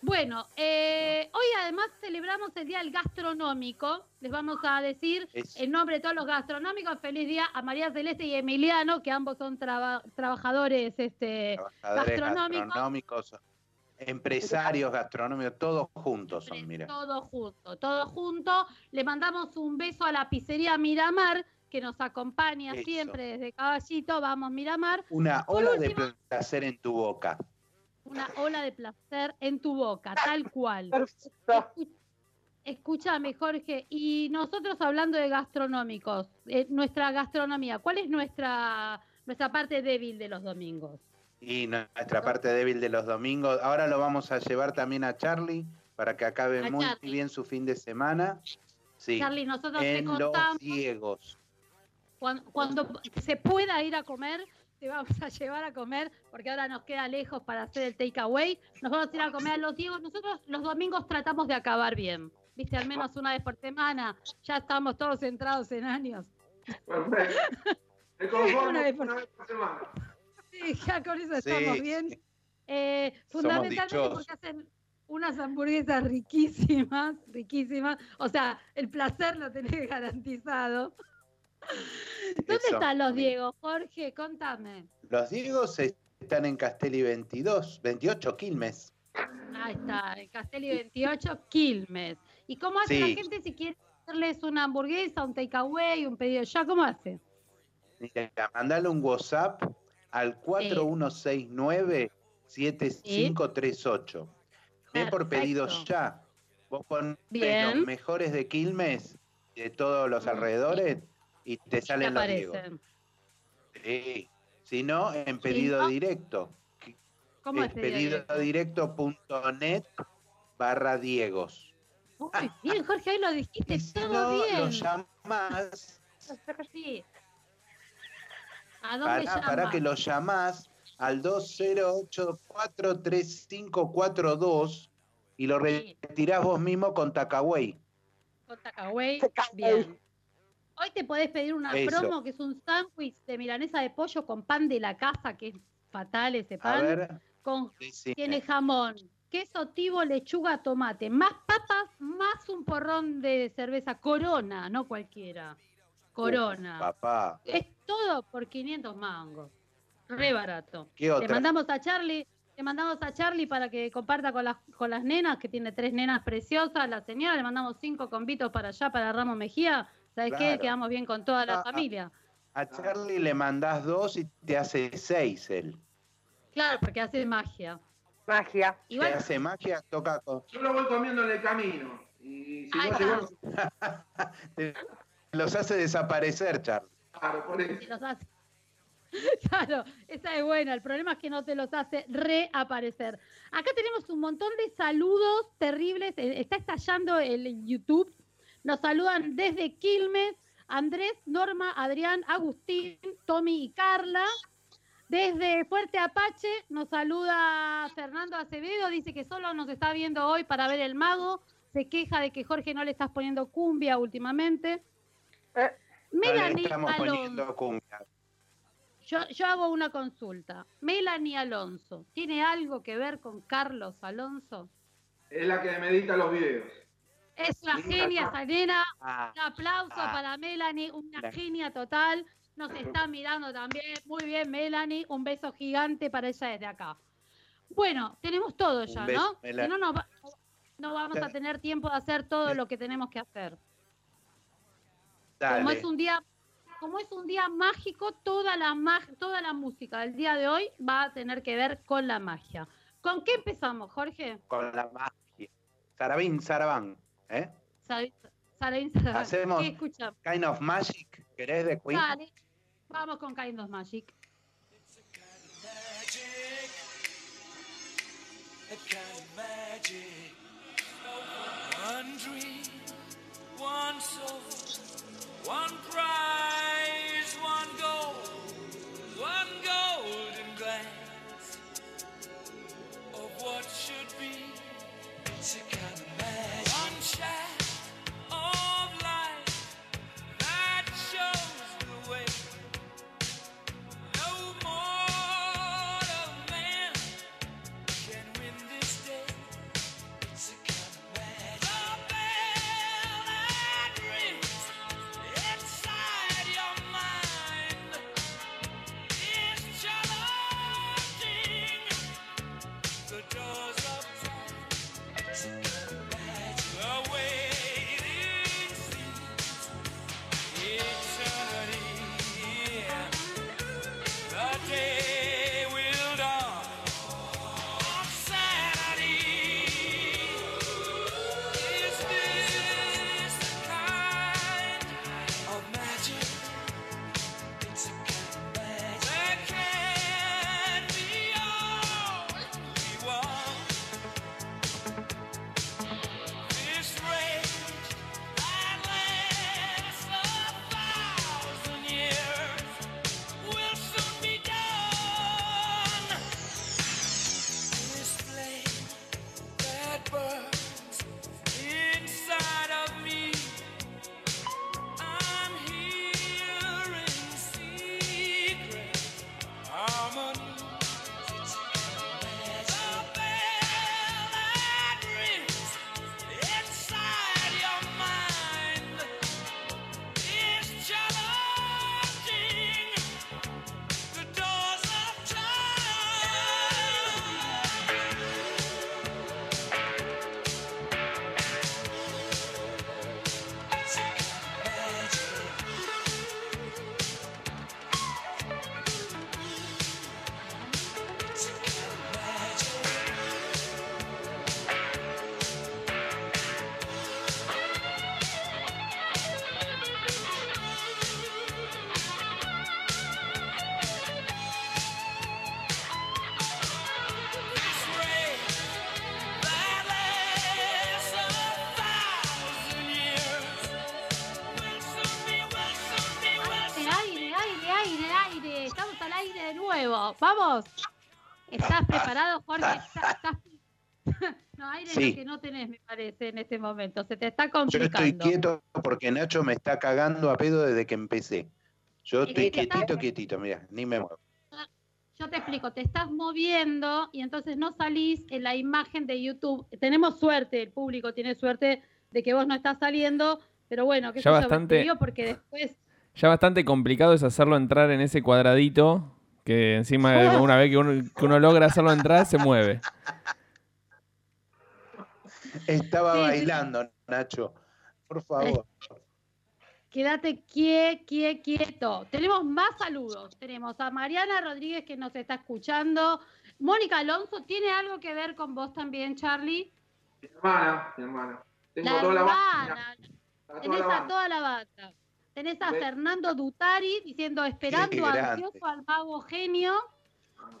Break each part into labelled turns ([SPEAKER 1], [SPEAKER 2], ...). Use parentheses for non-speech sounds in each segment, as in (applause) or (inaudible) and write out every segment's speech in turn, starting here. [SPEAKER 1] Bueno, eh, hoy además celebramos el Día del Gastronómico. Les vamos a decir
[SPEAKER 2] Es-
[SPEAKER 1] en nombre de todos los gastronómicos, feliz día a María Celeste y Emiliano, que ambos son traba- trabajadores este,
[SPEAKER 2] Trabajadores
[SPEAKER 1] gastronómicos.
[SPEAKER 2] gastronómicos, empresarios gastronómicos, todos juntos son, Ah, mira.
[SPEAKER 1] todo junto, todo junto. Le mandamos un beso a la pizzería Miramar, que nos acompaña
[SPEAKER 2] Eso.
[SPEAKER 1] siempre desde Caballito. Vamos, Miramar.
[SPEAKER 2] Una
[SPEAKER 1] Por
[SPEAKER 2] ola de
[SPEAKER 1] último-
[SPEAKER 2] placer en tu boca.
[SPEAKER 1] Una ola de placer en tu boca, tal cual.
[SPEAKER 3] Perfecto.
[SPEAKER 1] Escu- Escúchame, Jorge, y nosotros hablando de gastronómicos, eh, nuestra gastronomía, ¿cuál es nuestra, nuestra parte débil de los domingos?
[SPEAKER 2] Y nuestra parte débil de los domingos. Ahora lo vamos a llevar también a Charlie para que acabe
[SPEAKER 1] A
[SPEAKER 2] muy
[SPEAKER 1] Charlie.
[SPEAKER 2] bien su fin de semana. Sí,
[SPEAKER 1] Charlie, nosotros te
[SPEAKER 2] en los
[SPEAKER 1] contamos,
[SPEAKER 2] ciegos.
[SPEAKER 1] cuan- cuando, se pueda ir a comer, te vamos a llevar a comer, porque ahora nos queda lejos para hacer el takeaway, nos vamos a ir a comer a los Diegos, nosotros los domingos tratamos de acabar bien, viste, al menos una vez por semana, ya estamos todos centrados en años.
[SPEAKER 4] Perfecto.
[SPEAKER 1] (laughs)
[SPEAKER 4] Me conformo
[SPEAKER 1] Una
[SPEAKER 4] una
[SPEAKER 1] vez
[SPEAKER 4] vez
[SPEAKER 1] por-
[SPEAKER 4] por semana.
[SPEAKER 1] Sí, (laughs) ya con eso
[SPEAKER 2] Sí,
[SPEAKER 1] estamos
[SPEAKER 2] (laughs)
[SPEAKER 1] bien.
[SPEAKER 2] sí.
[SPEAKER 1] Eh, fundamentalmente
[SPEAKER 2] dichosos.
[SPEAKER 1] porque hacen unas hamburguesas riquísimas, riquísimas. O sea, el placer lo tenés (laughs) garantizado. ¿Dónde
[SPEAKER 2] Eso.
[SPEAKER 1] están los Diego? Jorge, contame.
[SPEAKER 2] Los ciegos están en Castelli 22, 28 Quilmes.
[SPEAKER 1] Ahí está, en Castelli 28, Quilmes. ¿Y cómo hace la
[SPEAKER 2] Sí.
[SPEAKER 1] gente si quiere hacerles una hamburguesa, un takeaway, un pedido ya? ¿Cómo hace?
[SPEAKER 2] Mira, mandale un WhatsApp al 4169-7538. Ve por
[SPEAKER 1] Perfecto.
[SPEAKER 2] pedidos ya. Vos pones
[SPEAKER 1] Bien.
[SPEAKER 2] los mejores de Quilmes, de todos los alrededores, y te
[SPEAKER 1] Te
[SPEAKER 2] salen los Diegos.
[SPEAKER 1] aparecen.
[SPEAKER 2] Sí. Si no, en pedido
[SPEAKER 1] no?
[SPEAKER 2] directo.
[SPEAKER 1] ¿Cómo
[SPEAKER 2] Es
[SPEAKER 1] es pedido directo?
[SPEAKER 2] pedidodirecto.net barra Diegos.
[SPEAKER 1] Muy bien, Jorge, ahí lo dijiste
[SPEAKER 2] Y si
[SPEAKER 1] todo
[SPEAKER 2] (laughs) no,
[SPEAKER 1] bien.
[SPEAKER 2] lo llamás
[SPEAKER 1] Sí. ¿A dónde
[SPEAKER 2] Pará, pará
[SPEAKER 1] llama?
[SPEAKER 2] que lo llamás al 20843542 y lo
[SPEAKER 1] Sí.
[SPEAKER 2] retirás vos mismo con Tacaway.
[SPEAKER 1] Con Tacaway.
[SPEAKER 3] Tacaway.
[SPEAKER 1] Bien. Hoy te podés pedir una
[SPEAKER 2] Eso.
[SPEAKER 1] promo que es un sándwich de milanesa de pollo con pan de la casa, que es fatal ese
[SPEAKER 2] A
[SPEAKER 1] pan.
[SPEAKER 2] ver,
[SPEAKER 1] con,
[SPEAKER 2] decime.
[SPEAKER 1] tiene jamón, queso tibo, lechuga, tomate, más papas, más un porrón de cerveza corona, no cualquiera. Corona.
[SPEAKER 2] Papá,
[SPEAKER 1] es todo por 500 mangos. Re barato.
[SPEAKER 2] ¿qué
[SPEAKER 1] Le
[SPEAKER 2] otra?
[SPEAKER 1] mandamos a Charlie, le mandamos a Charlie para que comparta con las, con las nenas, que tiene tres nenas preciosas, la señora, le mandamos cinco convitos para allá, para Ramos Mejía. ¿Sabes qué?
[SPEAKER 2] Claro.
[SPEAKER 1] Quedamos bien con toda la
[SPEAKER 2] Ah, ah.
[SPEAKER 1] familia.
[SPEAKER 2] A Charlie le mandás dos y te hace seis él.
[SPEAKER 1] Claro, porque hace magia.
[SPEAKER 3] Magia.
[SPEAKER 2] Te
[SPEAKER 1] Igual,
[SPEAKER 2] hace magia, toca con...
[SPEAKER 4] Yo lo voy comiendo en el camino. Y si
[SPEAKER 1] Ahí
[SPEAKER 4] no
[SPEAKER 1] está.
[SPEAKER 4] llegó,
[SPEAKER 2] te- Los hace desaparecer, Charlie.
[SPEAKER 4] claro, por
[SPEAKER 5] (laughs)
[SPEAKER 4] eso.
[SPEAKER 1] te los hace. (laughs) Claro, esa es buena. El problema es que no te los hace reaparecer. Acá tenemos un montón de saludos terribles. Eh, Está estallando el YouTube. Nos saludan desde Quilmes, Andrés, Norma, Adrián, Agustín, Tommy y Carla. Desde Fuerte Apache nos saluda Fernando Acevedo, dice que solo nos está viendo hoy para ver el mago. Se queja de que Jorge no le estás poniendo cumbia últimamente.
[SPEAKER 3] Eh.
[SPEAKER 2] No le
[SPEAKER 1] Melanie
[SPEAKER 2] estamos
[SPEAKER 1] Alonso.
[SPEAKER 2] poniendo cumbia.
[SPEAKER 1] Yo, yo hago una consulta. Melanie Alonso, ¿tiene algo que ver con Carlos Alonso?
[SPEAKER 4] Es la que me edita los videos.
[SPEAKER 1] Es una
[SPEAKER 4] Sí,
[SPEAKER 1] genia
[SPEAKER 4] acá.
[SPEAKER 1] esa nena.
[SPEAKER 2] Ah,
[SPEAKER 1] Un aplauso
[SPEAKER 2] Ah.
[SPEAKER 1] para Melanie, una
[SPEAKER 2] La-
[SPEAKER 1] genia total. Nos está mirando también. Muy bien, Melanie. Un beso gigante para ella desde acá. Bueno, tenemos todo
[SPEAKER 2] Un
[SPEAKER 1] ya,
[SPEAKER 2] beso,
[SPEAKER 1] ¿no? Si
[SPEAKER 2] Melanie.
[SPEAKER 1] no, no, va- no vamos a tener tiempo de hacer todo lo que tenemos que hacer. Como
[SPEAKER 2] dale.
[SPEAKER 1] es un día, como es un día mágico, toda la mag- toda la música del día de hoy va a tener que ver con la magia. ¿Con qué empezamos, Jorge?
[SPEAKER 2] Con la magia. Sarabín, Sarabán. ¿Eh?
[SPEAKER 1] Sal- Sal- Sal-
[SPEAKER 2] Hacemos-
[SPEAKER 1] (laughs) ¿Qué escuchamos?
[SPEAKER 2] Kind of Magic, ¿querés de Queen?
[SPEAKER 1] Dale, vamos con Kind of Magic.
[SPEAKER 6] that kind of magic. One dream, one soul, one prize, one goal, one golden glance of what should be.
[SPEAKER 1] Eso, vamos. ¿Estás preparado,
[SPEAKER 2] (laughs)
[SPEAKER 1] Jorge? ¿Estás- (laughs) estás- no, aire es lo
[SPEAKER 2] Sí.
[SPEAKER 1] que no tenés, me parece, en este momento. Se te está
[SPEAKER 2] Yo
[SPEAKER 1] complicando.
[SPEAKER 2] estoy quieto porque Nacho me está cagando a pedo desde que empecé. Yo
[SPEAKER 1] Es que
[SPEAKER 2] estoy
[SPEAKER 1] te está-
[SPEAKER 2] quietito, quietito, mira, ni me muevo.
[SPEAKER 1] Yo te explico, te estás moviendo y entonces no salís en la imagen de YouTube. Tenemos suerte, el público tiene suerte de que vos no estás saliendo, pero bueno, que
[SPEAKER 7] Ya bastante-
[SPEAKER 1] porque después
[SPEAKER 7] Ya bastante complicado es hacerlo entrar en ese cuadradito que encima una vez que uno, que uno logra hacerlo entrar se mueve.
[SPEAKER 2] Estaba
[SPEAKER 1] Sí, sí.
[SPEAKER 2] bailando, Nacho. Por favor.
[SPEAKER 1] quédate quie, quie- quieto. Tenemos más saludos. Tenemos a Mariana Rodríguez que nos está escuchando. Mónica Alonso, ¿tiene algo que ver con vos también, Charlie?
[SPEAKER 4] Mi hermana, mi hermana. Tengo
[SPEAKER 1] La
[SPEAKER 4] toda la banda.
[SPEAKER 1] hermana,
[SPEAKER 4] a toda
[SPEAKER 1] Tenés
[SPEAKER 4] la
[SPEAKER 1] a
[SPEAKER 4] banda.
[SPEAKER 1] toda la banda. Tenés a
[SPEAKER 4] Ve-
[SPEAKER 1] Fernando Dutari diciendo
[SPEAKER 2] Qué
[SPEAKER 1] esperando
[SPEAKER 2] grande.
[SPEAKER 1] ansioso al mago genio.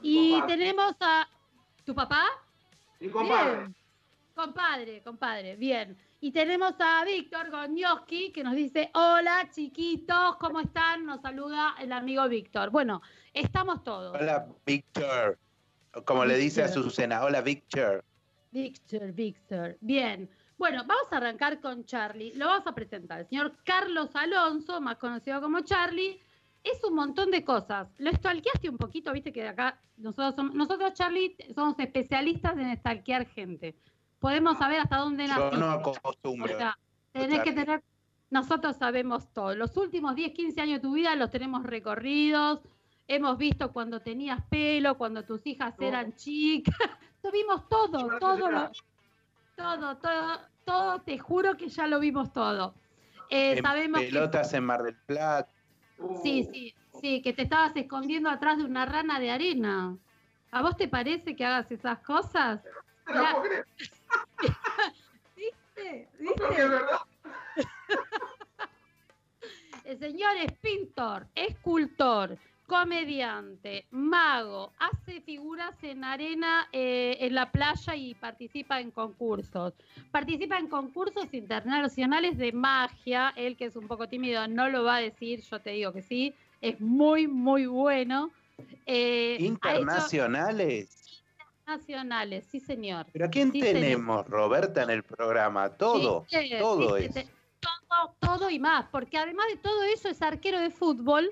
[SPEAKER 4] Mi
[SPEAKER 1] Y
[SPEAKER 4] compadre.
[SPEAKER 1] tenemos a tu papá.
[SPEAKER 4] Mi compadre.
[SPEAKER 1] Bien. Compadre, compadre, bien. Y tenemos a Víctor Gonioski que nos dice, hola chiquitos, ¿cómo están? Nos saluda el amigo Víctor. Bueno, estamos todos.
[SPEAKER 2] Hola, Víctor. Como le dice a
[SPEAKER 1] Víctor.
[SPEAKER 2] Susana, hola, Víctor.
[SPEAKER 1] Víctor, Víctor. Bien. Bueno, vamos a arrancar con Charlie. Lo vamos a presentar. El señor Carlos Alonso, más conocido como Charlie, es un montón de cosas. Lo stalkeaste un poquito, viste que acá nosotros, somos, nosotros Charlie, somos especialistas en stalkear gente. Podemos saber hasta dónde
[SPEAKER 2] Yo
[SPEAKER 1] naciste.
[SPEAKER 2] no
[SPEAKER 1] O
[SPEAKER 2] acostumbro.
[SPEAKER 1] sea, tenés que
[SPEAKER 2] Charlie.
[SPEAKER 1] tener. Nosotros sabemos todo. Los últimos 10, 15 años de tu vida los tenemos recorridos. Hemos visto cuando tenías pelo, cuando tus hijas
[SPEAKER 4] No.
[SPEAKER 1] eran chicas. (laughs) Tuvimos todo,
[SPEAKER 4] Yo no
[SPEAKER 1] todo,
[SPEAKER 4] sé
[SPEAKER 1] lo-
[SPEAKER 4] nada.
[SPEAKER 1] todo, todo, todo. Te juro que ya lo vimos todo. Eh,
[SPEAKER 2] En
[SPEAKER 1] sabemos que-
[SPEAKER 2] pelotas en Mar del Plata.
[SPEAKER 4] Uh,
[SPEAKER 1] sí, sí, sí, que te estabas escondiendo atrás de una rana de arena. ¿A vos te parece que hagas esas cosas?
[SPEAKER 4] No la puedo creer.
[SPEAKER 1] ¿Viste?
[SPEAKER 4] No, que es verdad.
[SPEAKER 1] El señor es pintor, escultor, comediante, mago, hace figuras en arena eh, en la playa y participa en concursos. Participa en concursos internacionales de magia. Él que es un poco tímido no lo va a decir, yo te digo que sí. Es muy, muy bueno. Eh, ha hecho
[SPEAKER 2] Internacionales.
[SPEAKER 1] Internacionales, sí señor.
[SPEAKER 2] ¿Pero a quién
[SPEAKER 1] Sí, señor.
[SPEAKER 2] tenemos, Roberta, en el programa? Todo.
[SPEAKER 1] Viste,
[SPEAKER 2] todo
[SPEAKER 1] viste,
[SPEAKER 2] es.
[SPEAKER 1] te- todo, todo y más, porque además de todo eso es arquero de fútbol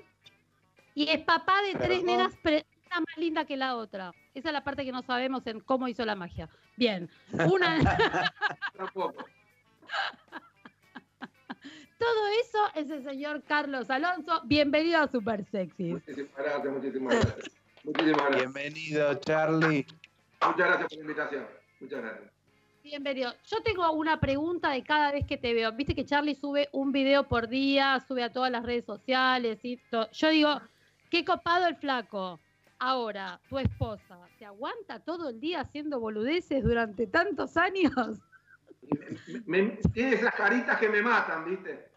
[SPEAKER 1] y es papá de tres
[SPEAKER 2] Perdón.
[SPEAKER 1] nenas, pero una más linda que la otra. Esa es la parte que no sabemos en cómo hizo la magia. Bien,
[SPEAKER 2] (laughs)
[SPEAKER 1] una,
[SPEAKER 4] Tampoco.
[SPEAKER 1] todo eso es el señor Carlos Alonso. Bienvenido a Super Sexy.
[SPEAKER 4] Muchísimas gracias, muchísimas gracias. Muchísimas gracias.
[SPEAKER 2] Bienvenido, Charlie.
[SPEAKER 4] Muchas gracias por la invitación. Muchas gracias.
[SPEAKER 1] Bienvenido. Yo tengo una pregunta de cada vez que te veo. Viste que Charlie sube un video por día, sube a todas las redes sociales y to- Yo digo, qué copado el flaco. Ahora, tu esposa, ¿te aguanta todo el día haciendo boludeces durante tantos años?
[SPEAKER 4] Me- me- tiene esas caritas que me matan, ¿viste?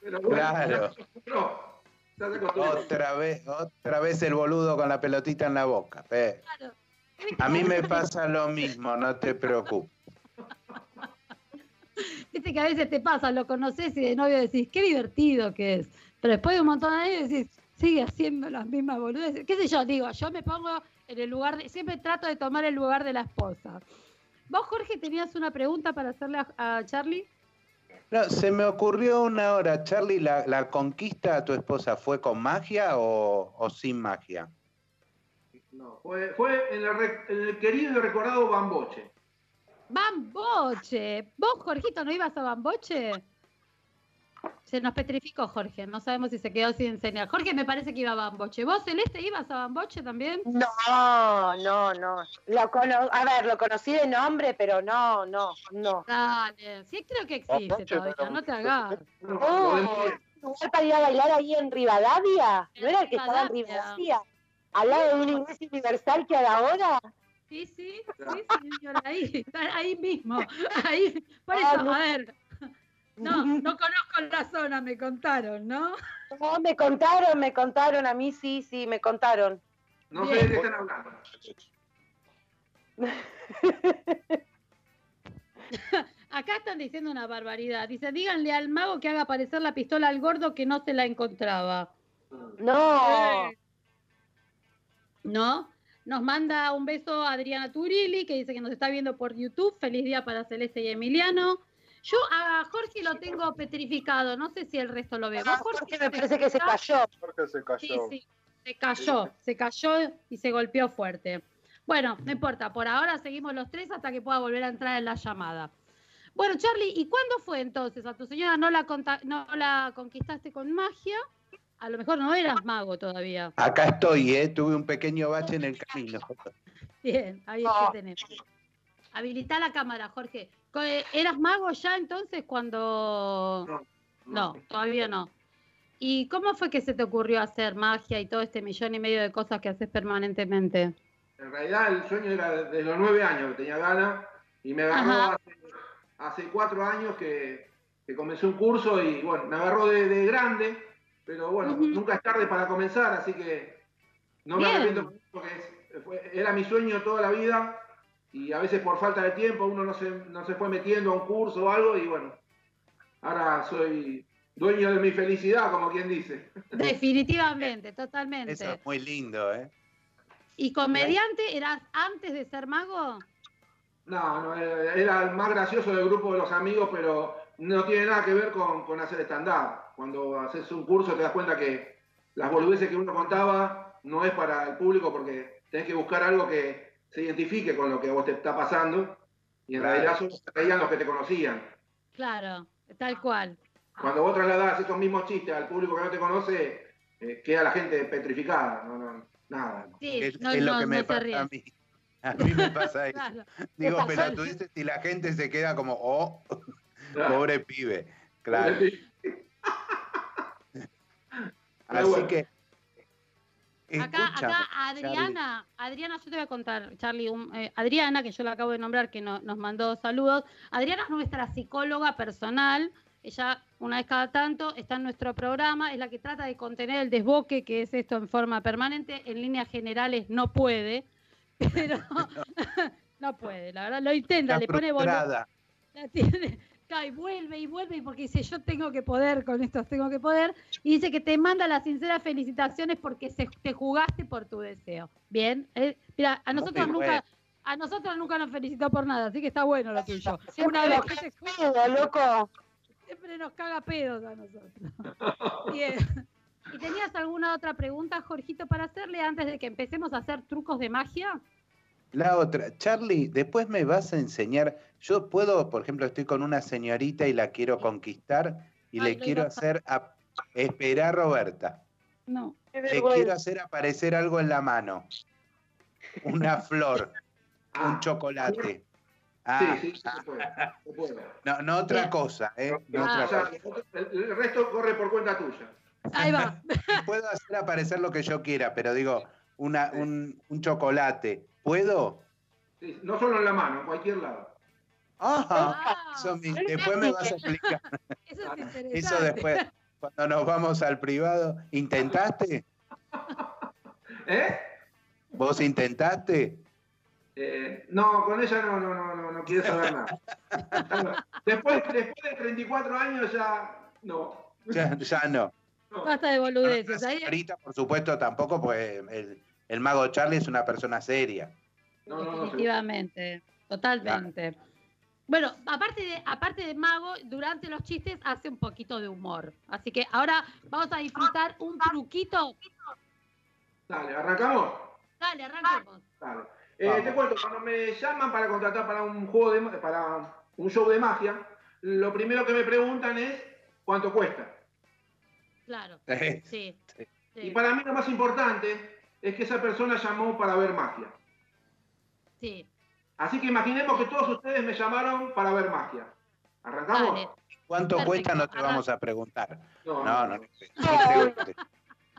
[SPEAKER 4] Pero bueno, ya
[SPEAKER 2] Claro.
[SPEAKER 4] se acostumbró. Ya se acostumbró.
[SPEAKER 2] Otra vez, otra vez el boludo con la pelotita en la boca. eh. A mí me pasa lo mismo, no te preocupes.
[SPEAKER 1] Viste que a veces te pasa, lo conoces y de novio decís, qué divertido que es. Pero después de un montón de años decís, sigue haciendo las mismas boludeces. ¿Qué sé yo? Digo, yo me pongo en el lugar, de- siempre trato de tomar el lugar de la esposa. Vos, Jorge, tenías una pregunta para hacerle a, a Charlie.
[SPEAKER 2] No, se me ocurrió una hora, Charlie, la, la conquista a tu esposa fue con magia o, o sin magia?
[SPEAKER 4] No, fue, fue en, el re- en el querido y recordado Bamboche.
[SPEAKER 1] ¡Bamboche! ¿Vos, Jorgito, no ibas a Bamboche? Se nos petrificó Jorge, no sabemos si se quedó sin enseñar. Jorge me parece que iba a Bamboche. ¿Vos, Celeste, ibas a Bamboche también?
[SPEAKER 3] No, no, no. Lo cono- a ver, lo conocí de nombre, pero no, no, no.
[SPEAKER 1] Dale, sí creo que existe
[SPEAKER 5] Bamboche
[SPEAKER 1] todavía,
[SPEAKER 5] era
[SPEAKER 1] no
[SPEAKER 5] un-
[SPEAKER 1] te hagas.
[SPEAKER 4] Bueno,
[SPEAKER 3] Oh,
[SPEAKER 4] lo de-
[SPEAKER 3] lugar para ir a bailar ahí en Rivadavia? ¿No era el que estaba en
[SPEAKER 1] Rivadavia.
[SPEAKER 3] Rivadavia? Al lado de un iglesia universal que a la hora.
[SPEAKER 1] Sí, sí, sí, señor, ahí, está ahí mismo, (laughs) ahí, por eso,
[SPEAKER 3] Ah, no.
[SPEAKER 1] a ver,
[SPEAKER 3] (laughs)
[SPEAKER 1] no, no conozco la zona, me contaron, ¿no?
[SPEAKER 3] No, me contaron, me contaron, a mí sí, sí, me contaron.
[SPEAKER 4] no sé de qué están hablando.
[SPEAKER 1] Acá están diciendo una barbaridad, dice, díganle al mago que haga aparecer la pistola Eh,
[SPEAKER 3] Ah,
[SPEAKER 1] al gordo que no se la encontraba.
[SPEAKER 3] No.
[SPEAKER 1] Eh, ¿no? Nos manda un beso a Adriana Turilli, que dice que nos está viendo por YouTube. Feliz día para Celeste y Emiliano. Yo a Jorge lo tengo petrificado, no sé si el resto lo ve. ¿Vos,
[SPEAKER 3] Ah,
[SPEAKER 1] Jorge,
[SPEAKER 3] Jorge
[SPEAKER 1] te
[SPEAKER 3] me parece que se
[SPEAKER 1] escuchás?
[SPEAKER 3] cayó.
[SPEAKER 5] Jorge se cayó.
[SPEAKER 1] Sí, sí, se cayó, se cayó y se golpeó fuerte. Bueno, no importa, por ahora seguimos los tres hasta que pueda volver a entrar en la llamada. Bueno, Charlie, ¿y cuándo fue entonces? A tu señora no la, conta- no la conquistaste con magia, a lo mejor no eras mago todavía. (laughs)
[SPEAKER 2] Acá estoy, ¿eh? Tuve un pequeño bache en el camino.
[SPEAKER 1] Bien, ahí es que tenemos. Habilita la cámara, Jorge. Co- eh, ¿Eras mago ya entonces cuando...? No, todavía no. ¿Y cómo fue que se te ocurrió hacer magia y todo este millón y medio de cosas que haces permanentemente?
[SPEAKER 4] En realidad el sueño era de- desde los nueve años que tenía ganas y me
[SPEAKER 1] Ajá.
[SPEAKER 4] agarró hace, hace cuatro años que, que comencé un curso y bueno, me agarró de, de grande, pero bueno,
[SPEAKER 1] Ujú.
[SPEAKER 4] nunca es tarde para comenzar, así que no me
[SPEAKER 1] Bien.
[SPEAKER 4] arrepiento porque es- fue- era mi sueño toda la vida y a veces por falta de tiempo uno no se, no se fue metiendo a un curso o algo y bueno, ahora soy dueño de mi felicidad, como quien dice.
[SPEAKER 1] Definitivamente, totalmente.
[SPEAKER 2] Eso es muy lindo, ¿eh?
[SPEAKER 1] ¿Y comediante eras antes de ser mago?
[SPEAKER 4] No, no, era era el más gracioso del grupo de los amigos, pero no tiene nada que ver con, con hacer stand-up. Cuando haces un curso te das cuenta que las boludeces que uno contaba no es para el público porque tenés que buscar algo que se identifique con lo que a vos te está pasando y en
[SPEAKER 2] Claro.
[SPEAKER 4] realidad solo se reían los que te conocían.
[SPEAKER 1] Claro, tal cual.
[SPEAKER 4] Cuando vos trasladás esos mismos chistes al público que no te conoce, eh, queda la gente petrificada. No, no, nada.
[SPEAKER 1] Sí,
[SPEAKER 2] es,
[SPEAKER 1] no,
[SPEAKER 2] es lo
[SPEAKER 1] no-
[SPEAKER 2] que me
[SPEAKER 1] no te
[SPEAKER 2] pasa
[SPEAKER 1] ríes.
[SPEAKER 2] a mí. A mí me
[SPEAKER 1] (laughs)
[SPEAKER 2] pasa eso.
[SPEAKER 1] Claro.
[SPEAKER 2] Digo,
[SPEAKER 3] pasa
[SPEAKER 2] pero
[SPEAKER 3] el-
[SPEAKER 2] tú dices, y la gente se queda como, oh,
[SPEAKER 4] (laughs) Claro.
[SPEAKER 2] pobre pibe. Claro. Así
[SPEAKER 4] bueno.
[SPEAKER 2] que.
[SPEAKER 1] Acá,
[SPEAKER 2] escúchame,
[SPEAKER 1] acá
[SPEAKER 2] Charlie.
[SPEAKER 1] Adriana, Adriana, yo te voy a contar, Charlie, un- eh, Adriana, que yo la acabo de nombrar, que no- nos mandó saludos. Adriana es nuestra psicóloga personal, ella una vez cada tanto está en nuestro programa, es la que trata de contener el desboque, que es esto en forma permanente, en líneas generales no puede, (laughs)
[SPEAKER 2] (laughs)
[SPEAKER 1] pero no puede, la verdad, lo intenta,
[SPEAKER 2] Está
[SPEAKER 1] le pone volumen
[SPEAKER 2] frustrada.
[SPEAKER 1] la tiene. (laughs) Claro, y vuelve y vuelve y porque dice yo tengo que poder con estos, tengo que poder. Y dice que te manda las sinceras felicitaciones porque se- te jugaste por tu deseo. Bien, eh, mira, a
[SPEAKER 2] Muy
[SPEAKER 1] nosotros nunca,
[SPEAKER 2] bueno.
[SPEAKER 1] a nosotros nunca nos felicitó por nada, así que está bueno lo tuyo. Una
[SPEAKER 3] Siempre
[SPEAKER 1] vez
[SPEAKER 3] nos
[SPEAKER 1] que se
[SPEAKER 3] caga, loco.
[SPEAKER 1] siempre nos caga pedos a nosotros. Bien. ¿Y tenías alguna otra pregunta, Jorgito, para hacerle antes de que empecemos a hacer trucos de magia?
[SPEAKER 2] La otra, Charlie, después me vas a enseñar. Yo puedo, por ejemplo, estoy con una señorita y la quiero conquistar y
[SPEAKER 1] Ay,
[SPEAKER 2] le
[SPEAKER 1] lo
[SPEAKER 2] quiero
[SPEAKER 1] ibas a-
[SPEAKER 2] hacer ap- esperar Roberta.
[SPEAKER 1] No.
[SPEAKER 3] Qué
[SPEAKER 2] Le quiero hacer aparecer algo en la mano. Una flor,
[SPEAKER 4] Ah,
[SPEAKER 2] un chocolate. Ah,
[SPEAKER 4] sí, sí, sí, se puede, se puede.
[SPEAKER 2] no, no otra
[SPEAKER 1] Bien.
[SPEAKER 2] cosa, ¿eh? No otra
[SPEAKER 1] Ah.
[SPEAKER 4] O sea,
[SPEAKER 2] cosa.
[SPEAKER 4] el, el resto corre por cuenta tuya.
[SPEAKER 1] Ahí va.
[SPEAKER 2] Y Puedo hacer aparecer lo que yo quiera, pero digo, una, un, un chocolate. ¿Puedo?
[SPEAKER 4] Sí, no solo en la mano, en cualquier lado.
[SPEAKER 2] Ah,
[SPEAKER 1] Ah,
[SPEAKER 2] eso me-
[SPEAKER 3] Pero
[SPEAKER 2] después me
[SPEAKER 3] casi
[SPEAKER 2] vas a
[SPEAKER 3] que-
[SPEAKER 2] explicar.
[SPEAKER 1] eso es interesante.
[SPEAKER 2] Eso después, cuando nos vamos al privado, ¿intentaste?
[SPEAKER 4] ¿Eh?
[SPEAKER 2] ¿Vos intentaste?
[SPEAKER 4] Eh, no, con ella no, no, no, no, no quiere saber nada.
[SPEAKER 1] (laughs)
[SPEAKER 4] Después, después de 34 años ya no.
[SPEAKER 2] Ya, ya no.
[SPEAKER 4] no.
[SPEAKER 1] Basta de boludeces. Ahí
[SPEAKER 2] Ahorita, por supuesto, tampoco, pues el, el mago Charlie es una persona seria. (laughs)
[SPEAKER 4] No, no, no,
[SPEAKER 1] Definitivamente, totalmente. Bueno, aparte de, aparte de Mago, durante los chistes hace un poquito de humor. Así que ahora vamos a disfrutar un truquito.
[SPEAKER 4] Dale, arrancamos.
[SPEAKER 1] Dale, arranquemos.
[SPEAKER 4] Dale. Eh,
[SPEAKER 2] Vamos.
[SPEAKER 4] te cuento, cuando me llaman para contratar para un juego de, ma- para un show de magia, lo primero que me preguntan es cuánto cuesta.
[SPEAKER 1] Claro,
[SPEAKER 2] Eh,
[SPEAKER 1] sí. sí,
[SPEAKER 4] Y para mí lo más importante es que esa persona llamó para ver magia.
[SPEAKER 1] sí.
[SPEAKER 4] Así que imaginemos que todos ustedes me llamaron para ver magia. ¿Arrancamos?
[SPEAKER 1] Dale.
[SPEAKER 2] ¿Cuánto
[SPEAKER 1] Perfecto,
[SPEAKER 2] cuesta? No te
[SPEAKER 1] arran-
[SPEAKER 2] vamos a preguntar.
[SPEAKER 4] No,
[SPEAKER 2] No, no, no.
[SPEAKER 3] No.
[SPEAKER 2] preguntes.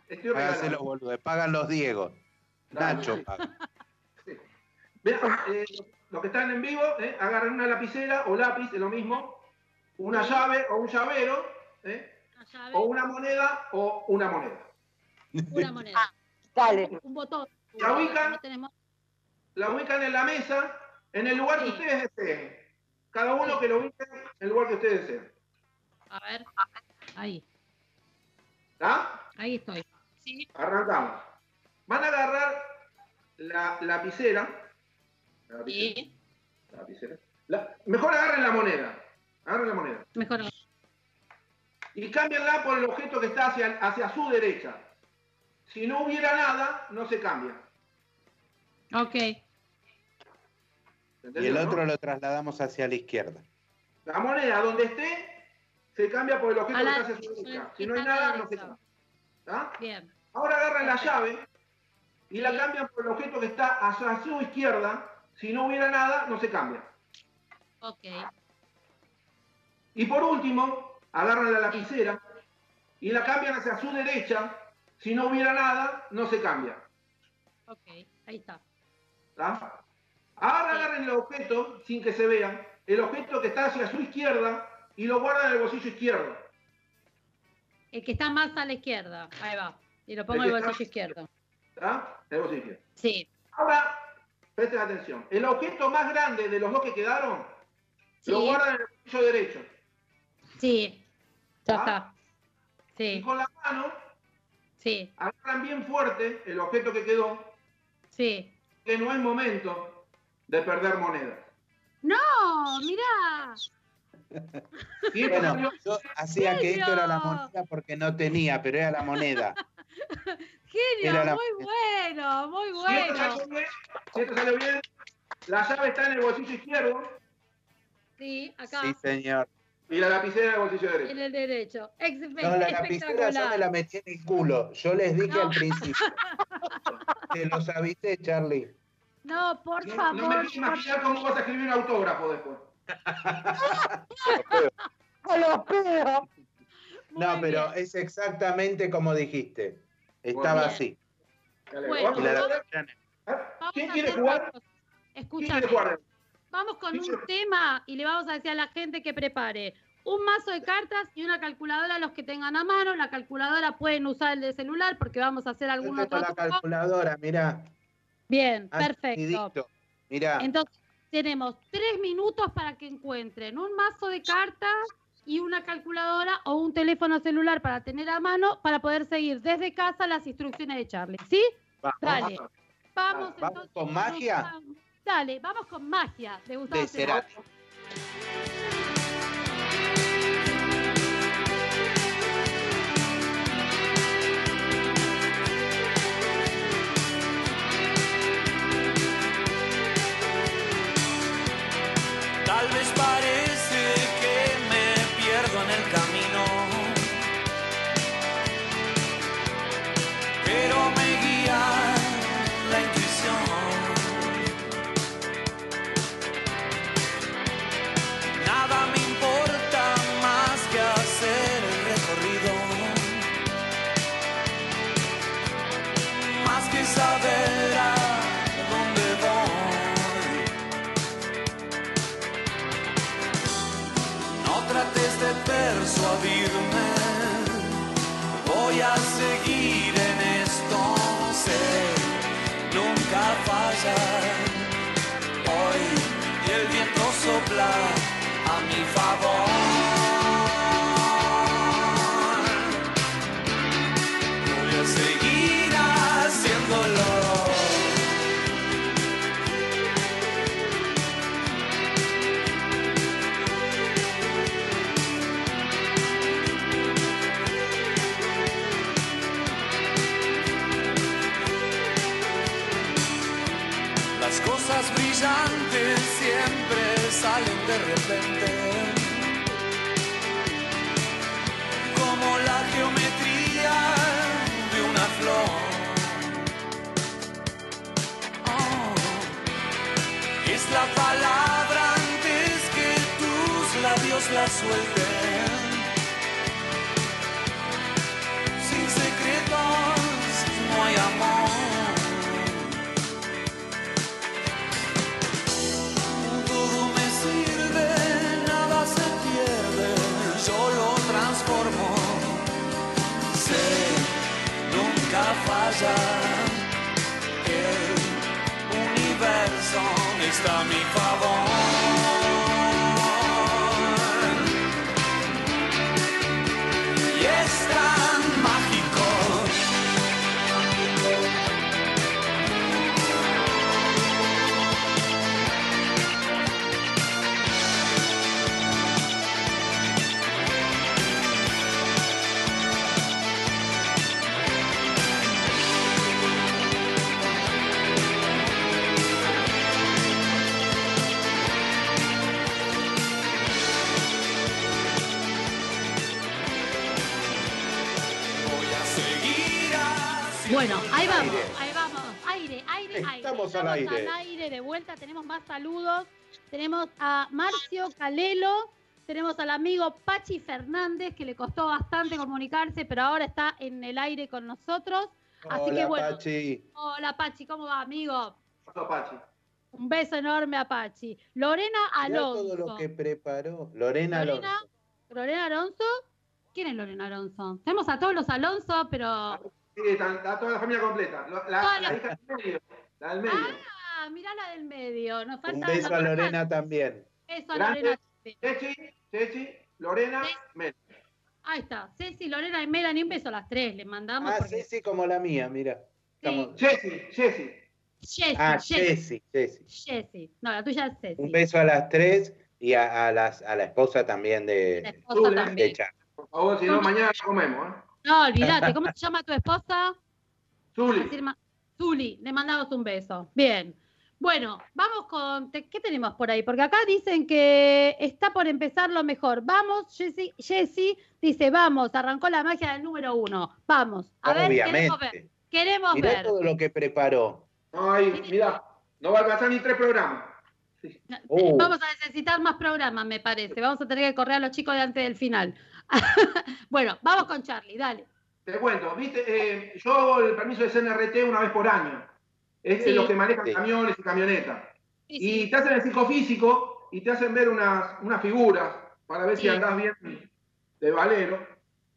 [SPEAKER 4] Estoy
[SPEAKER 2] Háganse los
[SPEAKER 4] regalando.
[SPEAKER 2] boludos. Pagan los Diego.
[SPEAKER 4] Dale,
[SPEAKER 2] Nacho
[SPEAKER 4] sí.
[SPEAKER 2] paga.
[SPEAKER 4] Mirá, eh, los que están en vivo, eh, agarran una lapicera o lápiz, es lo mismo, una llave o un llavero, eh,
[SPEAKER 1] Una llave,
[SPEAKER 4] o una moneda o una moneda.
[SPEAKER 1] una moneda.
[SPEAKER 3] Dale.
[SPEAKER 1] Un botón.
[SPEAKER 4] La ubican.
[SPEAKER 1] No tenemos-
[SPEAKER 4] La ubican en la mesa, en el lugar que
[SPEAKER 1] Sí.
[SPEAKER 4] ustedes deseen. Cada uno que lo ubique en el lugar que ustedes deseen.
[SPEAKER 1] A ver. Ahí,
[SPEAKER 4] ¿Está?
[SPEAKER 1] ahí estoy. Sí,
[SPEAKER 4] Arrancamos. Van a agarrar la lapicera. La lapicera.
[SPEAKER 3] Y
[SPEAKER 4] la lapicera. La- mejor agarren la moneda. Agarren la moneda.
[SPEAKER 1] Mejor.
[SPEAKER 4] y cámbianla por el objeto que está hacia, hacia su derecha. Si no hubiera nada, no se cambia.
[SPEAKER 1] Ok.
[SPEAKER 2] Y
[SPEAKER 4] ¿Entendió,
[SPEAKER 2] el
[SPEAKER 4] no?
[SPEAKER 2] otro lo trasladamos hacia la izquierda.
[SPEAKER 4] La moneda donde esté se cambia por el objeto
[SPEAKER 1] A
[SPEAKER 4] que
[SPEAKER 1] la-
[SPEAKER 4] está hacia su derecha. Si no hay
[SPEAKER 1] está
[SPEAKER 4] nada,
[SPEAKER 1] bien
[SPEAKER 4] no se
[SPEAKER 1] eso.
[SPEAKER 4] cambia. ¿Está?
[SPEAKER 1] Bien.
[SPEAKER 4] Ahora agarran la llave y la cambian por el objeto que está hacia su izquierda. Si no hubiera nada, no se cambia.
[SPEAKER 1] Ok.
[SPEAKER 4] Y por último, agarran la lapicera y la cambian hacia su derecha. Si no hubiera nada, no se cambia.
[SPEAKER 1] Ok. Ahí está.
[SPEAKER 4] ¿tá? Ahora agarren el objeto sin que se vean, el objeto que está hacia su izquierda y lo guardan en el bolsillo izquierdo.
[SPEAKER 1] El que está más a la izquierda. Ahí va. Y lo pongo
[SPEAKER 4] El
[SPEAKER 1] en
[SPEAKER 4] que
[SPEAKER 1] el
[SPEAKER 4] está-
[SPEAKER 1] bolsillo izquierdo.
[SPEAKER 4] ¿tá? En el bolsillo izquierdo.
[SPEAKER 1] Sí.
[SPEAKER 4] Ahora, presten atención, el objeto más grande de los dos que quedaron
[SPEAKER 1] Sí.
[SPEAKER 4] lo guardan en el bolsillo derecho.
[SPEAKER 1] Sí. Ya está.
[SPEAKER 4] ¿Ah? Y
[SPEAKER 1] Sí.
[SPEAKER 4] con la mano
[SPEAKER 1] Sí.
[SPEAKER 4] agarran bien fuerte el objeto que quedó,
[SPEAKER 1] Sí.
[SPEAKER 4] que no es momento de perder monedas.
[SPEAKER 1] ¡No! ¡Mirá!
[SPEAKER 4] Y esto
[SPEAKER 2] Bueno,
[SPEAKER 4] salió-
[SPEAKER 2] yo hacía que esto era la
[SPEAKER 1] serio?
[SPEAKER 2] moneda porque no tenía, pero era la
[SPEAKER 1] (laughs)
[SPEAKER 2] moneda.
[SPEAKER 1] Genio,
[SPEAKER 2] Era la-
[SPEAKER 1] muy bueno, muy
[SPEAKER 4] si esto
[SPEAKER 1] bueno.
[SPEAKER 4] salió bien, si esto salió bien, la llave está en el bolsillo izquierdo
[SPEAKER 1] Sí, acá,
[SPEAKER 2] Sí, señor.
[SPEAKER 4] y la lapicera en el bolsillo derecho.
[SPEAKER 1] en el derecho. Ex-
[SPEAKER 2] No, la lapicera
[SPEAKER 1] espectacular.
[SPEAKER 2] yo me la metí en el culo. Yo les dije
[SPEAKER 1] No.
[SPEAKER 2] al
[SPEAKER 1] (laughs)
[SPEAKER 2] principio. Te los avisé, Charlie.
[SPEAKER 1] No, por
[SPEAKER 4] No, no me
[SPEAKER 1] favor.
[SPEAKER 4] quiero imaginar cómo vas a escribir un autógrafo después.
[SPEAKER 3] con los pedos.
[SPEAKER 1] muy
[SPEAKER 2] No, pero
[SPEAKER 1] bien.
[SPEAKER 2] es exactamente como dijiste. Estaba
[SPEAKER 1] Bien.
[SPEAKER 2] así.
[SPEAKER 4] Dale,
[SPEAKER 1] Bueno,
[SPEAKER 4] vamos
[SPEAKER 2] Y
[SPEAKER 4] a
[SPEAKER 2] la
[SPEAKER 4] ver. ¿ah?
[SPEAKER 2] lapicera
[SPEAKER 1] Vamos
[SPEAKER 4] ¿Quién
[SPEAKER 1] a
[SPEAKER 4] quiere
[SPEAKER 1] hacer
[SPEAKER 4] jugar?
[SPEAKER 1] una cosa.
[SPEAKER 4] ¿Quién
[SPEAKER 1] Escúchame,
[SPEAKER 4] quiere jugar?
[SPEAKER 1] vamos con
[SPEAKER 4] ¿Quién
[SPEAKER 1] un tema y le vamos a decir a la gente que prepare un mazo de cartas y una calculadora a los que tengan a mano. La calculadora pueden usar el de celular porque vamos a hacer
[SPEAKER 2] Yo
[SPEAKER 1] algún otro.
[SPEAKER 2] tengo la Ah,
[SPEAKER 1] truco.
[SPEAKER 2] calculadora, mirá.
[SPEAKER 1] Bien, perfecto.
[SPEAKER 2] Partidito. Mirá,
[SPEAKER 1] Entonces, tenemos tres minutos para que encuentren un mazo de cartas y una calculadora o un teléfono celular para tener a mano para poder seguir desde casa las instrucciones de Charlie. ¿Sí?
[SPEAKER 2] Ah, Vamos.
[SPEAKER 1] Dale. Vamos,
[SPEAKER 2] Vamos, ¿vamos
[SPEAKER 1] entonces,
[SPEAKER 2] con magia?
[SPEAKER 1] Gustavo. Dale, vamos con magia de Gustavo
[SPEAKER 2] de
[SPEAKER 1] Cerati.
[SPEAKER 2] Cerati.
[SPEAKER 7] Tal vez parece que me pierdo en el camino, pero me guía la intuición. Nada me importa más que hacer el recorrido, más que saber a dónde voy. No trates de persuadirme, voy a seguir en esto, sé, nunca falla. Hoy y el viento sopla a mi favor. Voy a seguir haciéndolo. Las cosas brillantes siempre salen de repente. Como la geometría de una flor. Oh, Es la palabra antes que tus labios la suelten. Sin secretos no hay amor. Todo me sirve, nada se pierde, yo lo transformo. Sé, nunca falla. El universo está a mi favor. Y es tan mágico.
[SPEAKER 1] Bueno, ahí vamos,
[SPEAKER 2] Aire.
[SPEAKER 1] ahí vamos. Aire, aire, aire.
[SPEAKER 2] Estamos al aire.
[SPEAKER 1] de vuelta. Tenemos más saludos. Tenemos a Marcio Calelo. Tenemos al amigo Pachi Fernández, que le costó bastante comunicarse, pero ahora está en el aire con nosotros. Así
[SPEAKER 2] Hola,
[SPEAKER 1] que bueno.
[SPEAKER 2] Pachi.
[SPEAKER 1] Hola, Pachi, ¿cómo va, amigo?
[SPEAKER 4] Pasó Pachi.
[SPEAKER 1] Un beso enorme a Pachi. Lorena
[SPEAKER 2] Mirá todo
[SPEAKER 1] Alonso.
[SPEAKER 2] lo que preparó. Lorena Alonso.
[SPEAKER 1] Lorena, Lorena Alonso. ¿Quién es Lorena Alonso? Tenemos a todos los Alonso, pero
[SPEAKER 2] Ah.
[SPEAKER 4] Sí, está, está toda la familia completa. Lo- La,
[SPEAKER 1] Toda
[SPEAKER 4] la
[SPEAKER 1] la-
[SPEAKER 4] hija del medio. La del medio.
[SPEAKER 1] Ah, mirá la del medio. Nos falta
[SPEAKER 2] Un beso
[SPEAKER 1] la-
[SPEAKER 2] a Lorena también.
[SPEAKER 1] Un beso a
[SPEAKER 4] Grande.
[SPEAKER 1] Lorena.
[SPEAKER 4] Chechi, Chechi, Lorena, Mel.
[SPEAKER 1] Ahí está. Ceci, Lorena y Melanie, un beso a las tres. Les mandamos.
[SPEAKER 2] Ah,
[SPEAKER 1] porque...
[SPEAKER 2] Ceci como la mía, mira. Estamos-
[SPEAKER 4] Jessy, Jessy.
[SPEAKER 1] Jessy,
[SPEAKER 2] Ah,
[SPEAKER 1] Jessy,
[SPEAKER 2] Ceci, Ceci.
[SPEAKER 1] Jessy. No, la tuya es Ceci.
[SPEAKER 2] Un beso a las tres y a, a las, a la esposa también
[SPEAKER 1] La
[SPEAKER 2] de,
[SPEAKER 1] esposa
[SPEAKER 4] Zule,
[SPEAKER 2] de
[SPEAKER 1] también.
[SPEAKER 2] Char.
[SPEAKER 4] Por favor, si no, mañana no comemos. ¿eh?
[SPEAKER 1] No, olvídate. ¿Cómo se llama tu esposa?
[SPEAKER 4] Zuli.
[SPEAKER 1] Decir ma- Zuli, le mandamos un beso. Bien. Bueno, vamos con. te- ¿Qué tenemos por ahí? Porque acá dicen que está por empezar lo mejor. Vamos, Jessy. Jessy dice, vamos, arrancó la magia del número uno. Vamos. A ver, queremos ver.
[SPEAKER 2] Obviamente.
[SPEAKER 1] Queremos
[SPEAKER 2] Mirá
[SPEAKER 1] ver.
[SPEAKER 2] todo lo que preparó.
[SPEAKER 4] No hay, mirá, no va a alcanzar ni tres programas.
[SPEAKER 2] Uh.
[SPEAKER 1] (laughs) Vamos a necesitar más programas, me parece. Vamos a tener que correr a los chicos de antes del final. (laughs) bueno, vamos con Charlie, dale.
[SPEAKER 4] Te cuento, viste, Eh, yo hago el permiso de CNRT una vez por año. Es de
[SPEAKER 1] Sí.
[SPEAKER 4] los que manejan
[SPEAKER 2] Sí.
[SPEAKER 4] camiones y camionetas.
[SPEAKER 1] Sí,
[SPEAKER 4] Y
[SPEAKER 1] sí.
[SPEAKER 4] te hacen el psicofísico y te hacen ver unas, unas figuras para ver
[SPEAKER 1] Sí.
[SPEAKER 4] si andás bien de valero.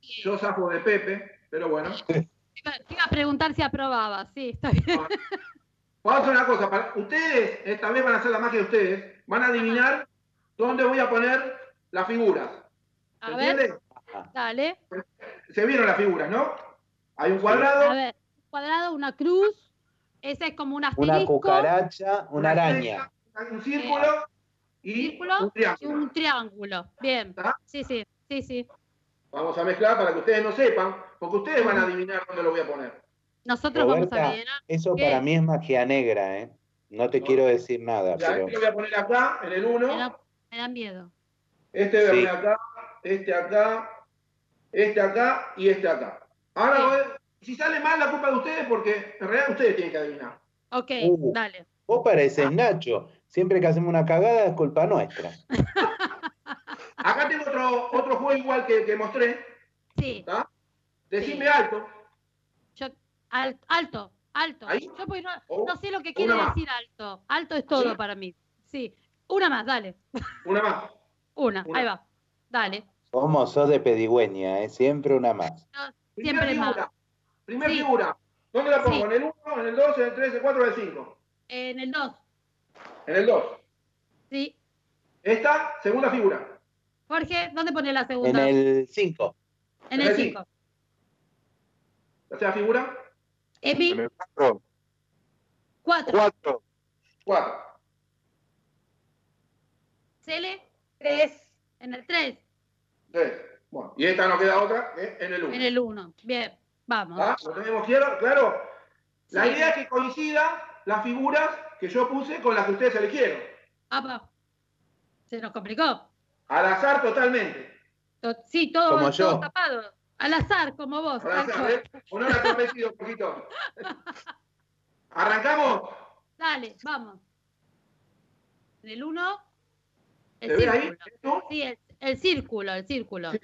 [SPEAKER 4] Yo saco de Pepe, pero bueno.
[SPEAKER 1] Iba, te iba a preguntar si aprobaba. Sí, está bien.
[SPEAKER 4] Vamos a hacer una cosa. para- ustedes, esta vez van a hacer la magia de ustedes, van a adivinar dónde voy a poner las figuras.
[SPEAKER 1] A ver,
[SPEAKER 4] ¿Entiendes?
[SPEAKER 1] dale.
[SPEAKER 4] Se vieron las figuras, ¿no? Hay un cuadrado,
[SPEAKER 1] A ver, un cuadrado, una cruz. Ese es como un asterisco.
[SPEAKER 2] Uh, Una cucaracha, una araña.
[SPEAKER 4] hay un círculo
[SPEAKER 1] un
[SPEAKER 4] y
[SPEAKER 1] Eh, círculo
[SPEAKER 4] un
[SPEAKER 1] y
[SPEAKER 4] triángulo.
[SPEAKER 1] un triángulo. Bien.
[SPEAKER 4] ¿Está?
[SPEAKER 1] Sí, sí, sí, sí.
[SPEAKER 4] Vamos a mezclar para que ustedes no sepan, porque ustedes van a adivinar dónde lo voy a poner.
[SPEAKER 1] Nosotros vamos
[SPEAKER 2] Roberta,
[SPEAKER 1] a rellenar.
[SPEAKER 2] Eso
[SPEAKER 1] ¿Qué?
[SPEAKER 2] para mí es magia negra, ¿eh? No te
[SPEAKER 4] No.
[SPEAKER 2] quiero decir nada,
[SPEAKER 4] Mira,
[SPEAKER 2] pero
[SPEAKER 4] este lo voy a poner acá, en el
[SPEAKER 1] Me da,
[SPEAKER 4] 1.
[SPEAKER 1] me da miedo.
[SPEAKER 4] Este voy a
[SPEAKER 2] Sí.
[SPEAKER 4] poner acá, este acá, este acá y este acá. Ahora,
[SPEAKER 1] Sí.
[SPEAKER 4] voy- si sale mal, la culpa de ustedes, porque en realidad ustedes tienen que adivinar.
[SPEAKER 1] Ok,
[SPEAKER 2] Uh.
[SPEAKER 1] dale.
[SPEAKER 2] vos pareces Nacho. Siempre que hacemos una cagada es culpa nuestra.
[SPEAKER 4] Acá tengo otro, otro juego igual que, que mostré.
[SPEAKER 1] Sí,
[SPEAKER 4] ¿Está? Decime
[SPEAKER 1] Sí.
[SPEAKER 4] alto.
[SPEAKER 1] yo. al- alto, alto.
[SPEAKER 4] Ahí.
[SPEAKER 1] Yo pues, no,
[SPEAKER 4] Oh,
[SPEAKER 1] no sé lo que quiere
[SPEAKER 4] una más.
[SPEAKER 1] decir alto. Alto es todo
[SPEAKER 4] ¿Sí?
[SPEAKER 1] para mí. Sí. Una más, dale.
[SPEAKER 4] Una más.
[SPEAKER 1] Una.
[SPEAKER 4] Una.
[SPEAKER 1] Ahí va. Dale.
[SPEAKER 2] Somos sos de pedigüeña, ¿eh? Siempre una más.
[SPEAKER 4] Primera
[SPEAKER 1] Siempre más.
[SPEAKER 4] figura. Primera
[SPEAKER 1] Sí.
[SPEAKER 4] figura. ¿Dónde la pongo?
[SPEAKER 1] Sí.
[SPEAKER 4] ¿En el 1, en el 2, en el 3, en el 4 o en el 5?
[SPEAKER 1] En el 2.
[SPEAKER 4] En el 2.
[SPEAKER 1] Sí.
[SPEAKER 4] Esta, segunda figura.
[SPEAKER 1] Jorge, ¿dónde pone la
[SPEAKER 2] En
[SPEAKER 1] segunda?
[SPEAKER 2] el 5.
[SPEAKER 1] En
[SPEAKER 4] en
[SPEAKER 1] el
[SPEAKER 4] el
[SPEAKER 1] 5.
[SPEAKER 4] Tercera figura,
[SPEAKER 1] Epi,
[SPEAKER 5] En el 4.
[SPEAKER 1] 4.
[SPEAKER 5] 4.
[SPEAKER 4] 4.
[SPEAKER 1] Cele,
[SPEAKER 3] Tres.
[SPEAKER 1] en el 3.
[SPEAKER 4] 3. Bueno, y esta no queda otra ¿eh? en el 1.
[SPEAKER 1] En el 1. Bien. Vamos.
[SPEAKER 4] ¿Lo tenemos claro? claro. Ah, La
[SPEAKER 1] Sí.
[SPEAKER 4] idea es que coincida las figuras que yo puse con las que ustedes eligieron.
[SPEAKER 1] Apa. Se nos complicó.
[SPEAKER 4] Al azar totalmente.
[SPEAKER 1] To- sí, todo,
[SPEAKER 2] Como
[SPEAKER 1] todo
[SPEAKER 2] yo.
[SPEAKER 1] tapado. Al azar, como vos.
[SPEAKER 4] Al
[SPEAKER 1] tal
[SPEAKER 4] azar,
[SPEAKER 1] cual.
[SPEAKER 4] ¿eh? Honor al convencido, un poquito. ¿Arrancamos?
[SPEAKER 1] Dale, vamos. En el 1.
[SPEAKER 4] ¿Te
[SPEAKER 1] El
[SPEAKER 4] ves ahí?
[SPEAKER 1] círculo.
[SPEAKER 4] ¿Tú?
[SPEAKER 1] Sí, el, el círculo, el círculo.
[SPEAKER 4] Sí.